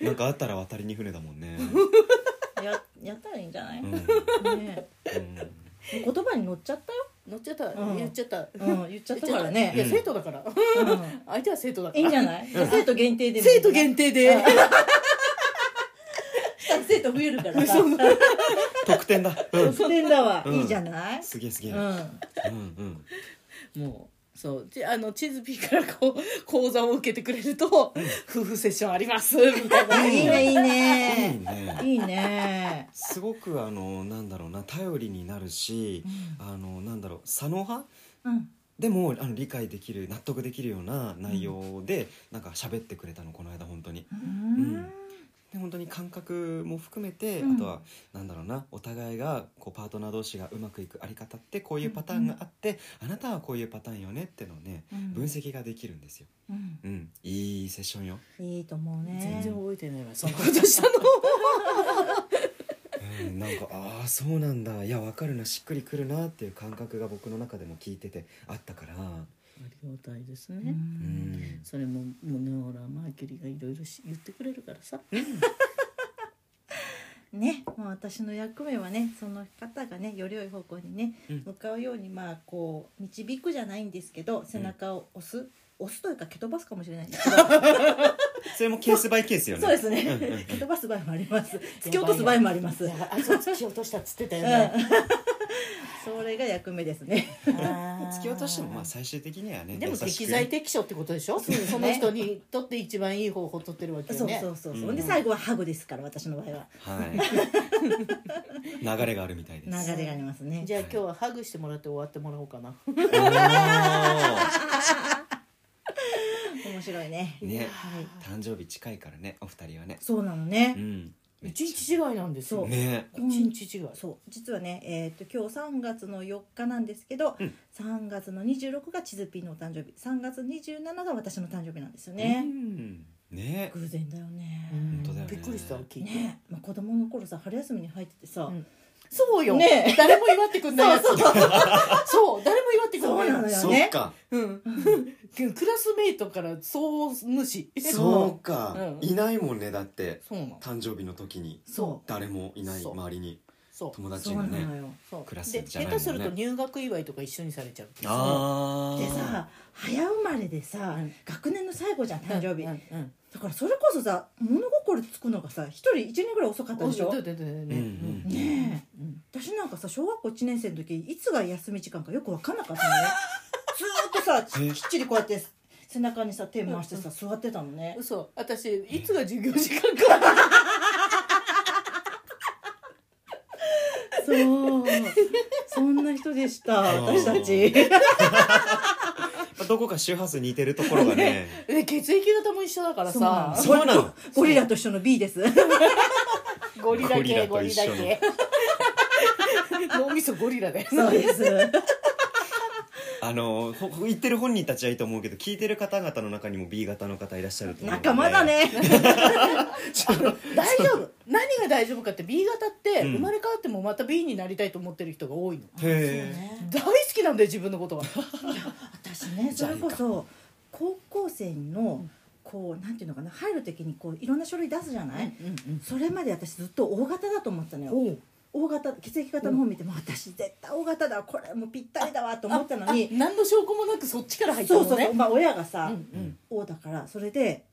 なんかあったら渡りに船だもんね
私 [LAUGHS] ややったらいいんじゃない、
うん
ね
う
え
ん
言葉に乗っちゃったよ、
乗っちゃった、
うん
言っちゃった
うん、言っちゃったから
いや
ね、
うん
生徒だから、 [LAUGHS]
うん
相手は生徒だから
いいんじゃない生徒限定でもいいんじゃ
生徒
ない
限定で
[LAUGHS] 生徒増える
[LAUGHS]
からさ
得点だうん
得点だわ、
うん
いいじゃない
すげえすげ
う
え
ん、
うんうん
もうそうちあの地図ピーからこう [LAUGHS] 講座を受けてくれると夫婦セッションありますみたいな
いいねいい
いい
ね
ね
いいね
すごくあのなんだろうな頼りになるし、あのなんだろう左脳派
うん
でもあの理解できる納得できるような内容で、なんか喋ってくれたのこの間本当に。
うん
で本当に感覚も含めて、
うん
あとはなんだろうなお互いがこうパートナー同士がうまくいくあり方ってこういうパターンがあって、あなたはこういうパターンよねってのをね分析ができるんですよ。
うん
うん、いいセッションよ。
いいと思う
全
ね
然覚えてないわそんなことしたの
うん、なんかああそうなんだいやわかるなしっくりくるなっていう感覚が僕の中でも聞いててあったから。
ありがたいです
う
ね、
ん
それももうねほらマーキュリーがいろいろ言ってくれるからさ
ね、まあ、私の役目はねその方がねより良い方向にね、
うん
向かうようにまあこう導くじゃないんですけど背中を押す、押すというか蹴飛ばすかもしれないんですけど
それもケースバイケースよね。
そうですね蹴飛ばす場合もあります突き落とす場合もあります
いやあそう突き落としたっつってたよね、
うん、それが役目ですね。
あー
突き落としてもまあ最終的にはね
でも
優しく
適材適所ってことでしょそ,、
うですね
の人にとって一番いい方法を取ってるわけ
そ
よ
う
ね
そうそうそう。
うん
で最後はハグですから私の場合は
はい流れがあるみたいで
流
す
れがありますね。
じゃあ今日はハグしてもらって終わってもらおうかな
おー
面白いね。
ね
はい。
誕生日近いからねお二人はね
そうなの
う
ね。
ん
一日違いなんですよ
ね
一日違い
そう実はね、えっと今日3月の4日なんですけど、
うん
3月の26がチズピーのお誕生日3月27が私の誕生日なんですよ
う
ね、
んね
偶然だよね、
本当だよね
びっくりした聞いて、
ねまあ、子供の頃さ春休みに入っててさ、
うんそうよ、
ね
誰も祝ってくんないやつそう誰も祝ってくんな
そ
い
うなのよ
そ
ね
っか
うん、 [LAUGHS] クラスメイトからそう主
そうか
うん
いないもんねだって
そうなの
誕生日の時に
そ
誰もいない
そう
周りに
そう
友
そ
達
う
が
な
ね
のよ
そう
クラス
で
じ
下
ゃないもんね
手すると入学祝いとか一緒にされちゃう
あ
で
あ
さ早生まれでさ、
うん
学年の最後じゃん誕生日、
うんうん
だからそれこそさ物心つくのがさ一人一年ぐらい遅かったでしょ
そうだよね
うんうん
ね
うんうん
私なんかさ小学校1年生の時いつが休み時間かよく分かんなかったの
[LAUGHS]
ねずーっとさ
え
きっちりこうやって背中にさ手回してさ座ってたのね
嘘私いつが授業時間か
そうそんな人でした私たち
まあどこか周波数似てるところがね
で [LAUGHS] 血液型も一緒だから
そうな
さ
[LAUGHS]
の
そうなの
ゴリラと一緒の B です
ゴリラ
ゴリラ
系
と
ゴリラ
一緒の
系 [LAUGHS] 脳みそゴリラだよ
そうです
あのほ言ってる本人たちはいいと思うけど聞いてる方々の中にも B 型の方いらっしゃると思うので
仲間だね
大丈夫何が大丈夫かって B 型って
うん
生まれ変わってもまた B になりたいと思ってる人が多いの、
へえ
大好きなんだよ自分のことが
私ね
じ
そ
ゃあ
れ
いいか
こそ高校生のこうなんていうのかな入る時にこういろんな書類出すじゃない、それまで私ずっと O 型だと思ってたのよ
おう
大型血液型の方見ても私絶対大型だこれもうぴったりだわと思ったのに
何の証拠もなくそっちから入った
そ
の
うそ
ね
うそう、まあ、親がさ、
うんうん、
O だからそれで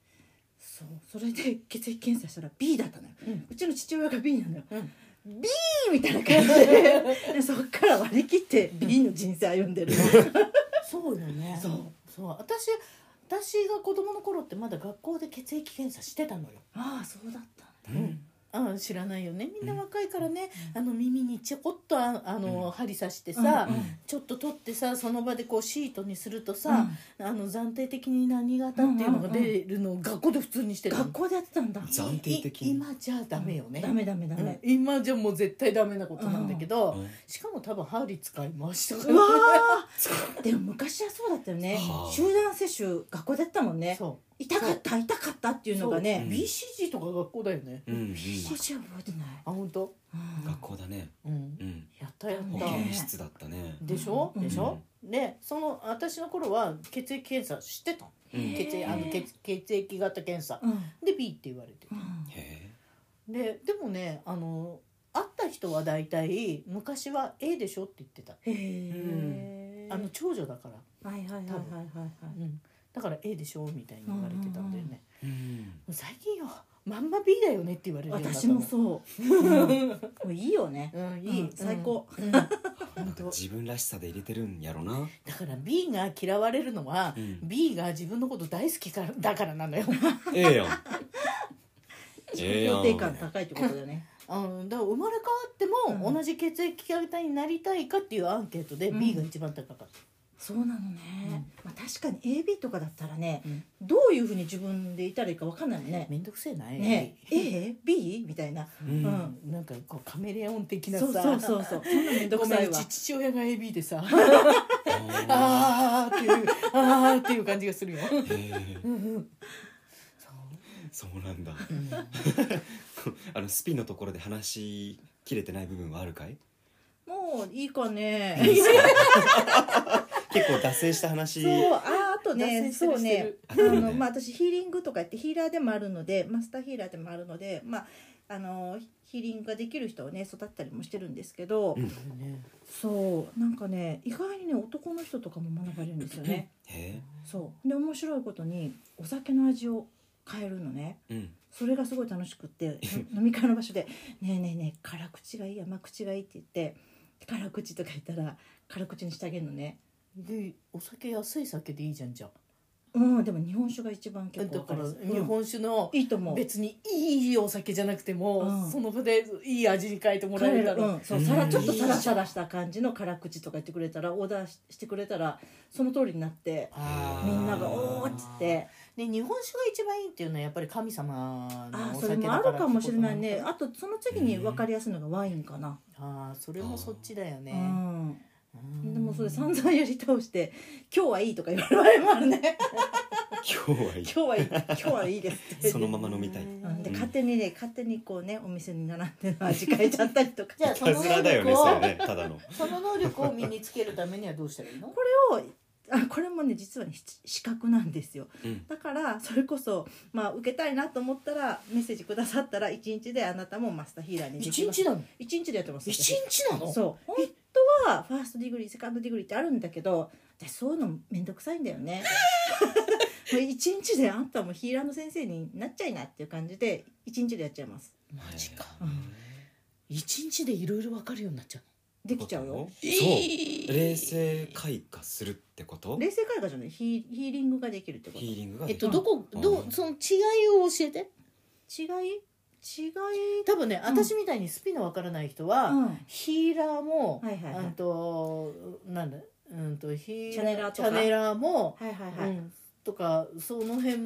そうそれで血液検査したら B だったのよ、
うん
うちの父親が B な
[LAUGHS]
のよ、
うん
B みたいな感じででそっから割り切って B の人生歩んでる、
そうよね
そう
そう私私が子供の頃ってまだ学校で血液検査してたのよ
ああそうだったんだ
うん
あ知らないよねみんな若いからね、あの耳にちょこっとああの、
うん
針刺してさ、
うんうん
ちょっと取ってさその場でこうシートにするとさ、あの暫定的に何型っていうのが出るのを学校で普通にしてたの
学校でやってたんだ
ざ暫定的に
い今じゃダメよね、
ダメダメダメ、
うん今じゃもう絶対ダメなことなんだけど、
うん
しかも多分針使いました
うわーでも昔はそうだったよね
はあ
集団接種学校でやったもんね
そ
痛かった痛かったっていう
う
のが
そう
ね
ん
BCG とか学校だよね、
うんうん
こっちは覚えてない、
あ本当
うん
学校だね
うん
うん
やったやっ
う
た、
ん
保健室だったね
でしょ
うん
でしょ、でその私の頃は血液検査してたの
うん
血
へ
液あの血血液型検査
うん
で B って言われて
うん
え
ででもねあの会った人は大体昔は A でしょって言ってた
へえ
あの長女だから、
はいはいはいはいはいは
うん、だから A でしょみたいに言われてたんだよね、
うん
もう最近よまんま B だよねって言われる
い
ようになった
私
の
もそう、うんもういいよね
う、ん、いい、
うん最高
うん、 [LAUGHS] うん
なん
本
か
当
自分らしさで入れてるんやろな
だから B が嫌われるのは、
うん
B が自分のこと大好きからだからなのよ
え
[LAUGHS]
えやんええや
予
ん
定感高いってことだよね
うん、だから生まれ変わって
う
も
ん
同じ血液型になりたいかっていうアンケートで
うん
B が一番高かった、
そうなのね、まあ、確かに AB とかだったらね、
うん
どういうふうに自分でいたらいいかわかんないよね
めんどくせえない、
ね A? B? みたいな、
う
うん
ん
なんかこうカメレオン的なさ
そうそうそうそうそんなめんど
ご
く
め
さ
ん
いうわ
ち父親が AB でさ
あ
[LAUGHS] あーっていうあーっていう感じがするよ、
ーへえ
うんうん
そうなんだ
うん
あのスピンのところで話し切れてない部分はあるかい
もういいかね
結構脱線した話
そうああとね
脱線してる
そうね
し
あ
てる
の、まあ、私ヒーリングとか言ってヒーラーでもあるのでマスターヒーラーでもあるので、まあ、あのヒーリングができる人をね育ったりもしてるんですけど、
うん
ね
そうなんかね意外にね男の人とかも学ばれるんですよね。
へ
そうで面白いことにお酒の味を変えるのね。
えうん
それがすごい楽しく
[LAUGHS]
って飲み会の場所で「ねえねえねえ辛口がいい甘口がいい」って言って辛口とか言ったら辛口にしてあげるのね
でお酒安い酒でいいじゃんじゃん
うんでも日本酒が一番
だ
結構
から
わりやすい
日本酒の
うんいいと思う
別にいいお酒じゃなくても、
うん
その場でいい味に変えてもらえるだろう、
うん、そう
うん
さらちょっとサラサラした感じの辛口とか言ってくれたらオーダーししてくれたらその通りになって
あー
みんなが「おーっつって
で日本酒が一番いいっていうのはやっぱり神様
あ
の
あ
お
それ
酒だ
もあ
から
るかもしれないね
あ
あとその次に分かりやすいのがワインかな、
あーそれもそっちだよ
う
ね、
ん
うん
でもそれ散々やり倒して「今日はいい」とか言われる場合もあるね [LAUGHS]
今日はい
「
い
今日はいい今日はいいです」って
そのまま飲みたい
うんで
ん
勝手にね勝手にこうねお店に並んでの味変えちゃったりとか
じゃあ
いたずらだよね
そ
そ
の
れねただの
その能力を身につけるためにはどうしたらいいの
これをあこれもね実はねひ資格なんですよ
うん
だからそれこそ、まあ、受けたいなと思ったらメッセージくださったら一日であなたもマスターヒーラーにで
一
きます
日なの
一日でやってます
一日なの
そう本当はファーストディグリーセカンドディグリーってあるんだけどでそういうの面倒くさいんだよね [LAUGHS] もう一日であんたもヒーラーの先生になっちゃいなっていう感じで一日でやっちゃいます、
マジか
うん
一日でいろいろ分かるようになっちゃう
できちゃうよ
そう冷静開花するってこと
冷静開花じゃないヒーヒーリングができるってこと
ヒーリングが
のえ
で
っ
きる
とどこ
うん
どうその違いを教えて
違い違い
多分ね
うん
私みたいにスピンの分からない人は、
うん
ヒーラーも、
はいはいはい
うんとなんだうんとヒー
チャネラーと
チ
か
ャネラーも、
はいはいはい、
うん、とかその辺う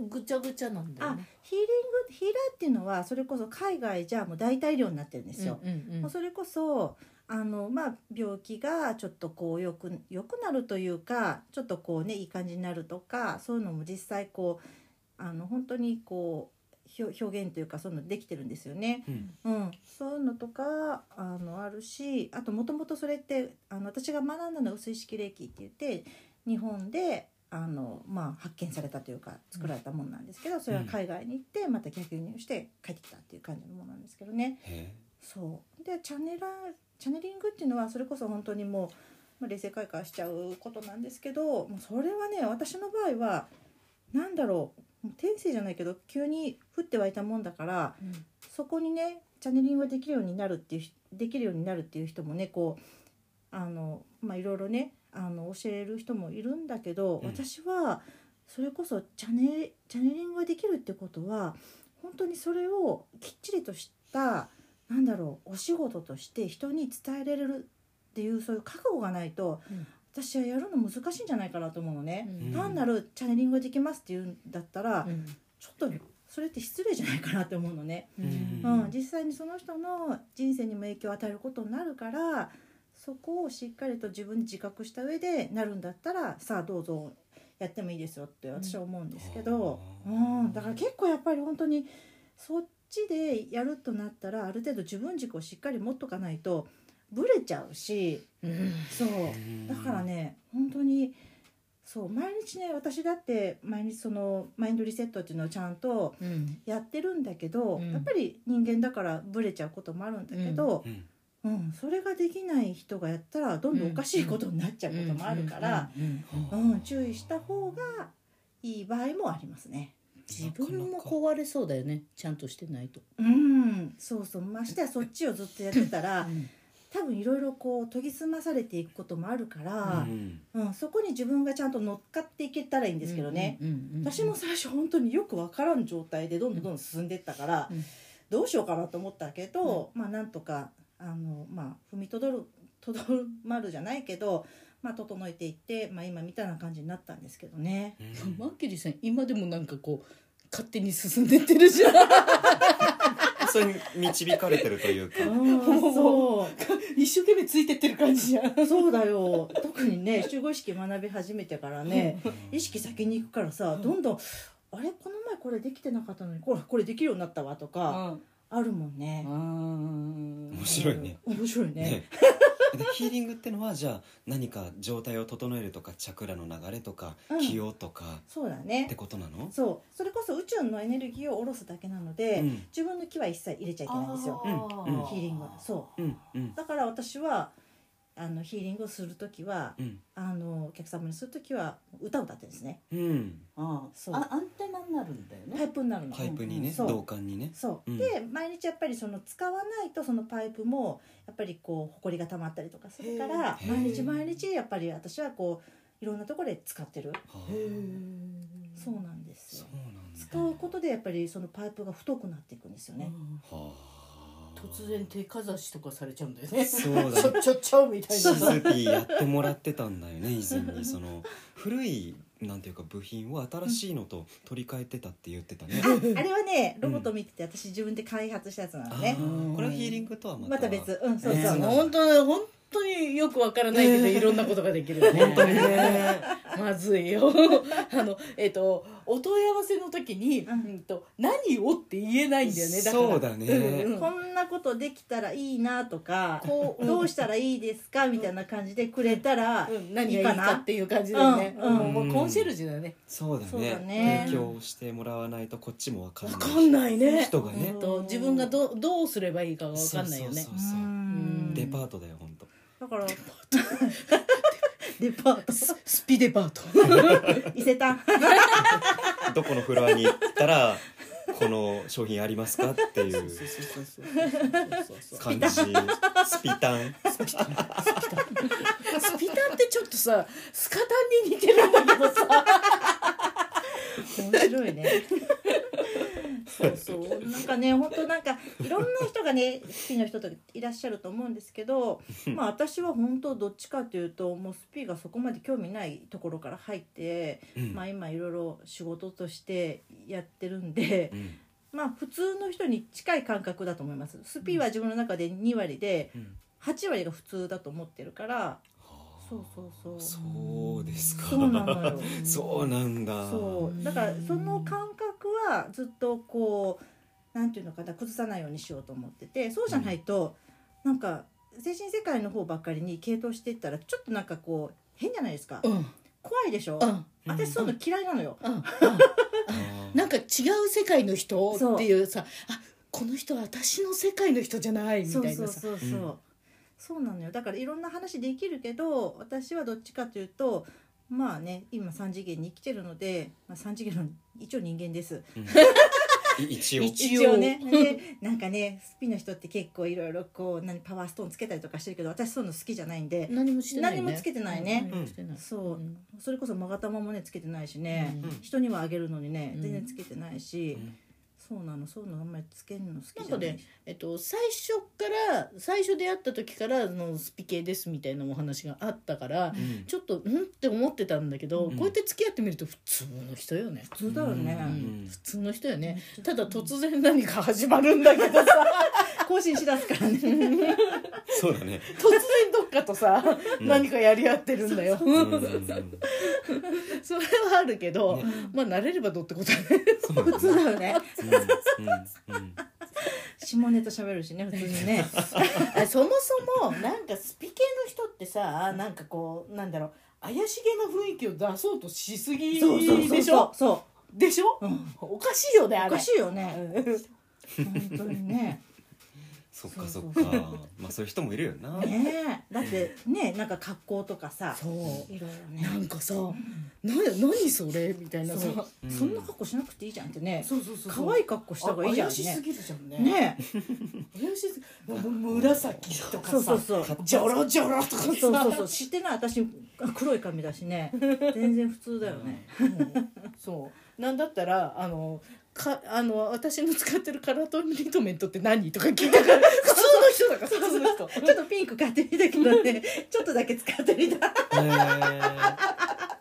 んぐちゃぐちゃなんだよ
あ
ね
ヒーリングヒーラーっていうのはそれこそ海外じゃもう大体量になってるんですよ、
うんうん
も
う
うんそれこそあの、まあ、病気がちょっとこうよくよくなるというかちょっとこうねいい感じになるとかそういうのも実際こうあの本当にこう表表現というかそういうのできてるんですよね。
うん
うん、そういうのとかあのあるしあともともとそれってあの私が学んだのは薄い式霊気って言って日本であの、まあ、発見されたというか作られたものなんですけどそれは海外に行ってまた逆輸入して帰ってきたっていう感じのものなんですけどね。
へ
そうでチャネラチャネリングっていうのはそれこそ本当にもう、まあ、冷静開花しちゃうことなんですけどもうそれはね私の場合はなんだろうもう天性じゃないけど急に降って湧いたもんだからそこにねチャネリングができるようになるっていうひできるようになるっていう人もねこうあのまあいろいろねあの教える人もいるんだけど、
うん
私はそれこそチャネチャネリングができるってことは本当にそれをきっちりとしたなんだろうお仕事として人に伝えられるっていうそういう覚悟がないと、
うん
私はやるの難しいんじゃないかなと思うのね。
うん
うん
単なるチャネリングができますっていうんだったら、
うん
ちょっとそれって失礼じゃないかなって思うのね。
うん
うん
うん、実際にその人の人生にも影響を与えることになるからそこをしっかりと自分で自覚した上でなるんだったらさあどうぞやってもいいですよって私は思うんですけど、
う
うんんだから結構やっぱり本当にそっちでやるとなったらある程度自分軸をしっかり持っとかないとブレちゃうし
うん
そう
え
だからね本当にそう毎日ね私だって毎日そのマインドリセットっていうのをちゃんと
うん
やってるんだけど、
うん
やっぱり人間だからブレちゃうこともあるんだけど
う、ん
うんそれができない人がやったらどんどんおかしいことになっちゃうこともあるから、
うんうん
うん注意した方がいい場合もありますね。
自分も壊れそうだよねちゃんとしてないと、
うん、そうそうましてやそっちをずっとやってた
[LAUGHS]
ら
うん
多分いろいろこう研ぎ澄まされていくこともあるか
う
ら、 [LAUGHS]
ん
うんそこに自分がちゃんと乗っかっていけたらいいんですけどね。
うんうんうんうん
私も最初本当によくわからん状態でどんどんどんどん進んでったから、
うん
どうしようかなと思ったけど、まあなんとかあの、まあ、踏みとどる [LAUGHS] とどまるじゃないけど、まあ、整えていって、まあ、今みたいな感じになったんですけどね。
うん
マッキリさん今でもなんかこう勝手に進んでってるじゃん
それに導かれてるというか
うん [LAUGHS] そ
一生懸命ついてってる感じじゃん
うそうだよ特にね集合意識学び始めてからね [LAUGHS] 意識先に行くからさどんどん「あれこの前これできてなかったのにこれこれできるようになったわ」とかあるもんね。
面
面白いね
面白いね
ね [LAUGHS] でヒーリングってのはじゃあ何か状態を整えるとかチャクラの流れとか
うん
気をとか
そうだね
ってことなの、
そうそれこそ宇宙のエネルギーを下ろすだけなので、
うん
自分の気は一切入れちゃいけないんですよ
うん
ヒーリングはそう
うん
うだから私はあのヒーリングをする時は
うん
あのお客様にする時は歌を歌ってるんですね
うん
あ
そう
あアンテナになるんだよ
パ
ね。
イプになるの
パイプにね、
そう
導管にね
そう、
うん
で毎日やっぱりその使わないとそのパイプもやっぱりこうほこりが溜まったりとかするから
へー
毎日毎日やっぱり私はこういろんなところで使ってる
はあ
そうなんです
そ
よ
うなんだ
使うことでやっぱりそのパイプが太くなっていくんですよね、
はあ
突然手かざしとかされちゃうんだよね
そう
[LAUGHS]
ち
だ
ょ
ね
ちょちょみたい
シ
な
ズピーやってもらってたんだよね以前
[LAUGHS]
にその古いなんていうか部品を新しいのと取り替えてたって言ってたね
ああれは [LAUGHS] ねロボット見てて私自分で開発したやつなのね、
あーこれはヒーリングとはまた
また別うんそうそう、
ね
本当ね本当にによくわからないけどいろんなことができるよね
本当に
[LAUGHS]
ね
まずいよ [LAUGHS] あのえっ、とお問い合わせの時に、う
うんん
と何をって言えないんだよねだから
そうだね
うんうん
こんなことできたらいいなとか
こう
どうしたらいいですかみたいな感じでくれたら、
うん、何がいいかっていう感じだよね、
うん
うん
もうコンシェルジュだよね
そうだ
そうだ
ね
ね
提供してもらわないとこっちもわかんない
ないね
人がね
うん
と自分がどうどうすればいいかがわかんないよね
そうそうそう
うん
デパートだよ本当
[LAUGHS] だからデパート
ススピデパート
伊勢丹
どこのフロアに行ったらこの商品ありますかっていう感じスピタン
スピタンってちょっとさスカタンに似てるんだけどさ
面白いねそうそうなんかね本当なんかいろんな人がね好きな人といらっしゃると思うんですけどまあ私は本当どっちかというともうスピーがそこまで興味ないところから入って、
うん
まあ今いろいろ仕事としてやってるんで
う、ん
まあ普通の人に近い感覚だと思いますスピーは自分の中で2割で
うん
8割が普通だと思ってるからそうそうそう
そうですか
そうなのよ
そうなんだ
そうだからその感覚はずっとこうなんていうのかな崩さないようにしようと思っててそうじゃないと、なんか精神世界の方ばっかりに傾倒していったらちょっとなんかこう変じゃないですか、
うんうん
怖いでしょ、
うん
私そういうの嫌いなのよ、
うん
あー
なんか違う世界の人っていうさあこの人は私の世界の人じゃないみた
そ
いうなさ
そうそうそ
う
う、
ん
そうなのよだからいろんな話できるけど私はどっちかというとまあね今3次元に生きてるので、まあ、3次元の一応人間です
い一応
一応
一応ね
[LAUGHS]
でなんかねスピの人って結構いろいろこう何パワーストーンつけたりとかしてるけど私そういうの好きじゃないんで、
何もしてないね
何もつけてないね
何もしてない
そう、
ん
それこそ勾玉もねつけてないしね、
うん
人にはあげるのにね
うん
全然つけてないし、
うん
そうなのそういうのあんまりつけるの好きじ
な
ゃ
ん
な
か
い
ねえっと、最初から最初出会った時からあのスピ系ですみたいなお話があったから、
うん
ちょっとうんって思ってたんだけど、
うん
こうやって付き合ってみると普通の人よね、
普通だよね、
うん
うん普通の人よねただ突然何か始まるんだけどさ
更新しだすから
[LAUGHS]
ね [LAUGHS]
そうだね
突然どっかとさ、
うん
何かやり合ってるんだよ
うんうんうん
それはあるけど、
ね
まあ慣れればどうってことだね
そう
普
だね
通だよね
うんうんうん
下ネタ喋るしね普通に
[LAUGHS]
ね
あそもそもなんかスピ系の人ってさなんかこうなんだろう怪しげな雰囲気を出そうとしすぎ
そうそうそう
でしょ
そ
でしょ
う、うん、
おかしいよねあ
お
れ
かしいよね
うん
本当にね
そっかそっかまあそういう人もいるよな
ねえだってねなんか格好とかさ
そう
いろいろね
なんかさ「な何それ?」みたいなさ
そう
うん
そんな格好しなくていいじゃんってね
そうそうそう
可愛い格好した方がいいじゃん
怪しす
ね
ぎるじゃんね
ね
怪しすぎる紫と
そ
か
うそう
さ
そうそう
ジョロジョロとかさ
そうそう知ってない私黒い髪だしね全然普通だよね
うんそうなんだったらあのかあの私の使ってるカラートリートメントって何とか聞い
[LAUGHS]
たから普通の人だから普通の人
ちょっとピンク買ってみたけどねちょっとだけ使ってみた
へー
そ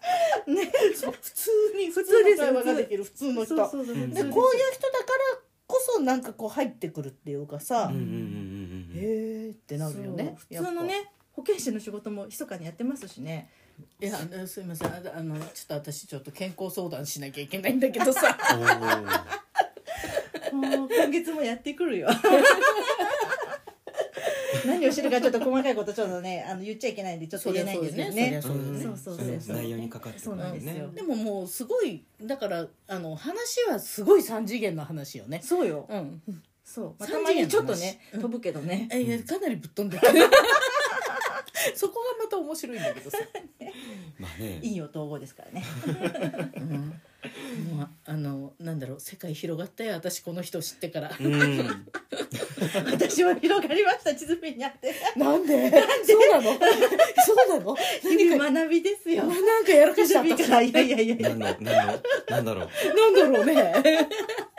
う普通に普
普
通
通
の
です
会話ができる普通の
そう
人
そうそう
うん
で
普通
こういう人だからこそなんかこう入ってくるっていうかさ、
うんうんうんうん
へーってなるよね
そう普通の
やっ
ね保健師の仕事も密かにやってますし
[LAUGHS]
ね
ぱいやあのすいませんああのちょっと私ちょっと健康相談しなきゃいけないんだけ
[LAUGHS]
どさ
おー
もう今月もやってく
[LAUGHS]
るよ何をしてるかちょっと細かいことちょっとねあの言っちゃいけないんでちょっと言えないんですけど
そり
ね
ゃそうだよね
そうそうそう
うん内容にかかって
そうなんですよ
でももうすごいだからあの話はすごい三次元の話よね
そうよ
うん
そう、まあ、た
三
ま
次元
に
の話
ちょっとね飛ぶけど
[LAUGHS]
ね
えいやかなりぶっ飛んで [LAUGHS] るそこがまた面白いんだけどさ、
まあね
陰陽統合ですからね
うん、もうあのなんだろう世界広がったよ私この人知ってから
うん
[LAUGHS] 私は広がりました地図ピンにあって
[LAUGHS] なんでそうなの [LAUGHS] そうなの
日
[LAUGHS] 何か
々学びです
[LAUGHS]
よ
なんかやらか
地
しちゃ
図
っ
ピン
た
か
からな
や
い
[LAUGHS] いやいやい
[LAUGHS]
や
なんだなんだなんだろう
なんだろうね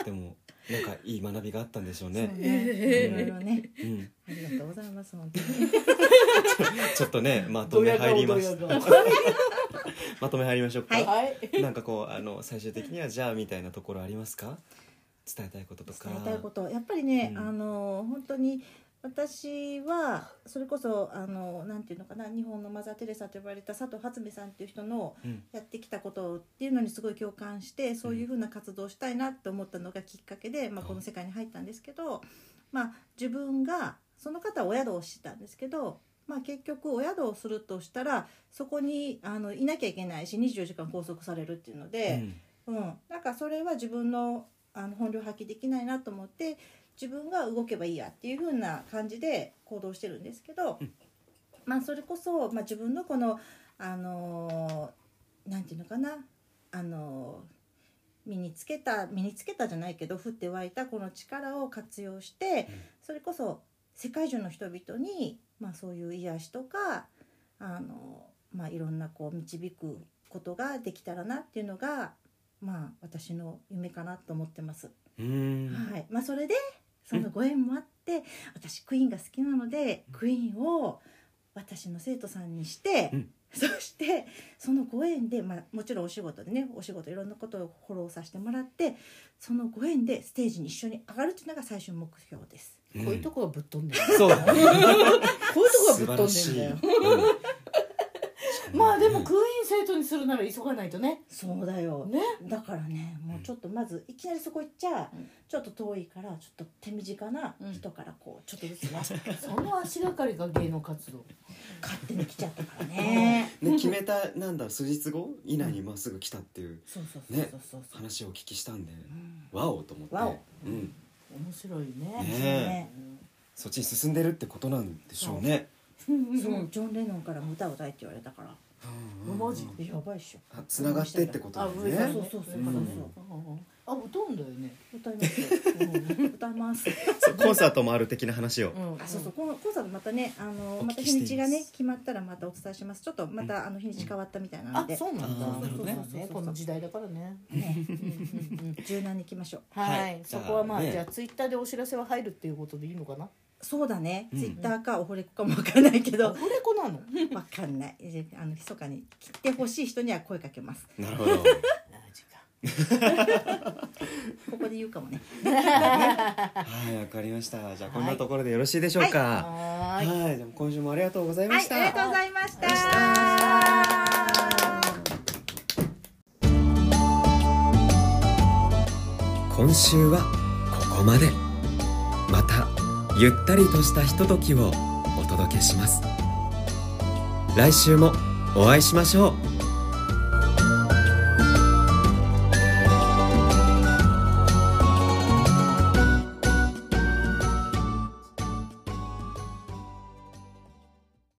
でもなんかいい学びがあったんでしょうね
そうねいろいろね
うん
ありがとうございます本当に
ちょっとねまとめ入りまし
ド
た
ヤ顔
まとめ入りましょうか
はい
なんかこうあの最終的にはじゃあみたいなところありますか伝えたいこととか
伝えたいことやっぱりね、
うん
あの本当に私はそれこそあのなんていうのかな日本のマザー・テレサと呼ばれた佐藤初美さんっていう人の
うん
やってきたことっていうのにすごい共感してそういうふうな活動をしたいなって思ったのがきっかけで、まあ、この世界に入ったんですけど、まあ、自分がその方はお宿をしてたんですけど、まあ、結局お宿をするとしたらそこにあのいなきゃいけないし24時間拘束されるっていうので。うん、なんかそれは自分のあの本領発揮できないなと思って自分が動けばいいやっていう風な感じで行動してるんですけど、まあそれこそ、まあ、自分のこのあのーなんていうのかなあのー身につけた身につけたじゃないけど降って湧いたこの力を活用して、それこそ世界中の人々に、まあ、そういう癒しとかあの、まあ、いろんなこう導くことができたらなっていうのが、まあ、私の夢かなと思ってます。
うん
はいまあ、それでそのご縁もあって私クイーンが好きなのでクイーンを私の生徒さんにして、
うん
そしてそのご縁で、まあ、もちろんお仕事でねお仕事いろんなことをフォローさせてもらってそのご縁でステージに一緒に上がるっていうのが最終目標です。
うん
こういうとこはぶっ飛んでる
そうだね
こういうとこはぶっ飛んでるんだよ
素晴らしいうん
まあでもクイーン生徒にするなら急がないとね
そうだよ、
ね
だからねもうちょっとまずいきなりそこ行っちゃ、
うん
ちょっと遠いからちょっと手短な人からこうちょっとずつね、
その足がかりが芸能活動
勝手に来ちゃったからね
ね決めたなんだ数日後以内にまっすぐ来たっていう
そうそうそうそうそうそう、
話をお聞きしたんで
うん
わおと思って
わお
うん、
面白い
ね
ね
えそっちに進んでるってことなんでしょうね
うん
そうジョン・レノンからも歌を歌えって言われたから
うん
マジ
うん
やばいっしょ
あ繋がってってことだよ
あ上だね
ね
そうそうそうそう
うん
あ歌うんだよね
歌いますよ歌います
そうコンサートもある的な話を
うん
あそうそうコンコンサートまたねあの
お
ま
聞
た
き
日
しています
にちがね決まったらまたお伝えしますちょっとまたあの日にち変わったみたいなの
あ
で、
そうなんだ
あーなるほどね
そうそうそうねこの時代だからね
ね
うんうんうん
柔軟に行きましょう
は
はいい
そこはまあ
じゃあね
じゃあツイッターでお知らせは入るっていうことでいいのかな
そうだね、
うん
ツイッターかオフレコかもわかんないけ
オ
ど
フレコなの
わかんないえあの密かに来てほしい人には声かけます
なるほど
ここで言うかもね
はいわかりましたじゃあこんなところでよろしいでしょうか
は
は
ーい
い、じゃあ今週もありがとうございました、
はい、ありがとうございました。
今週はここまでまたゆったりとしたひとときをお届けします来週もお会いしましょう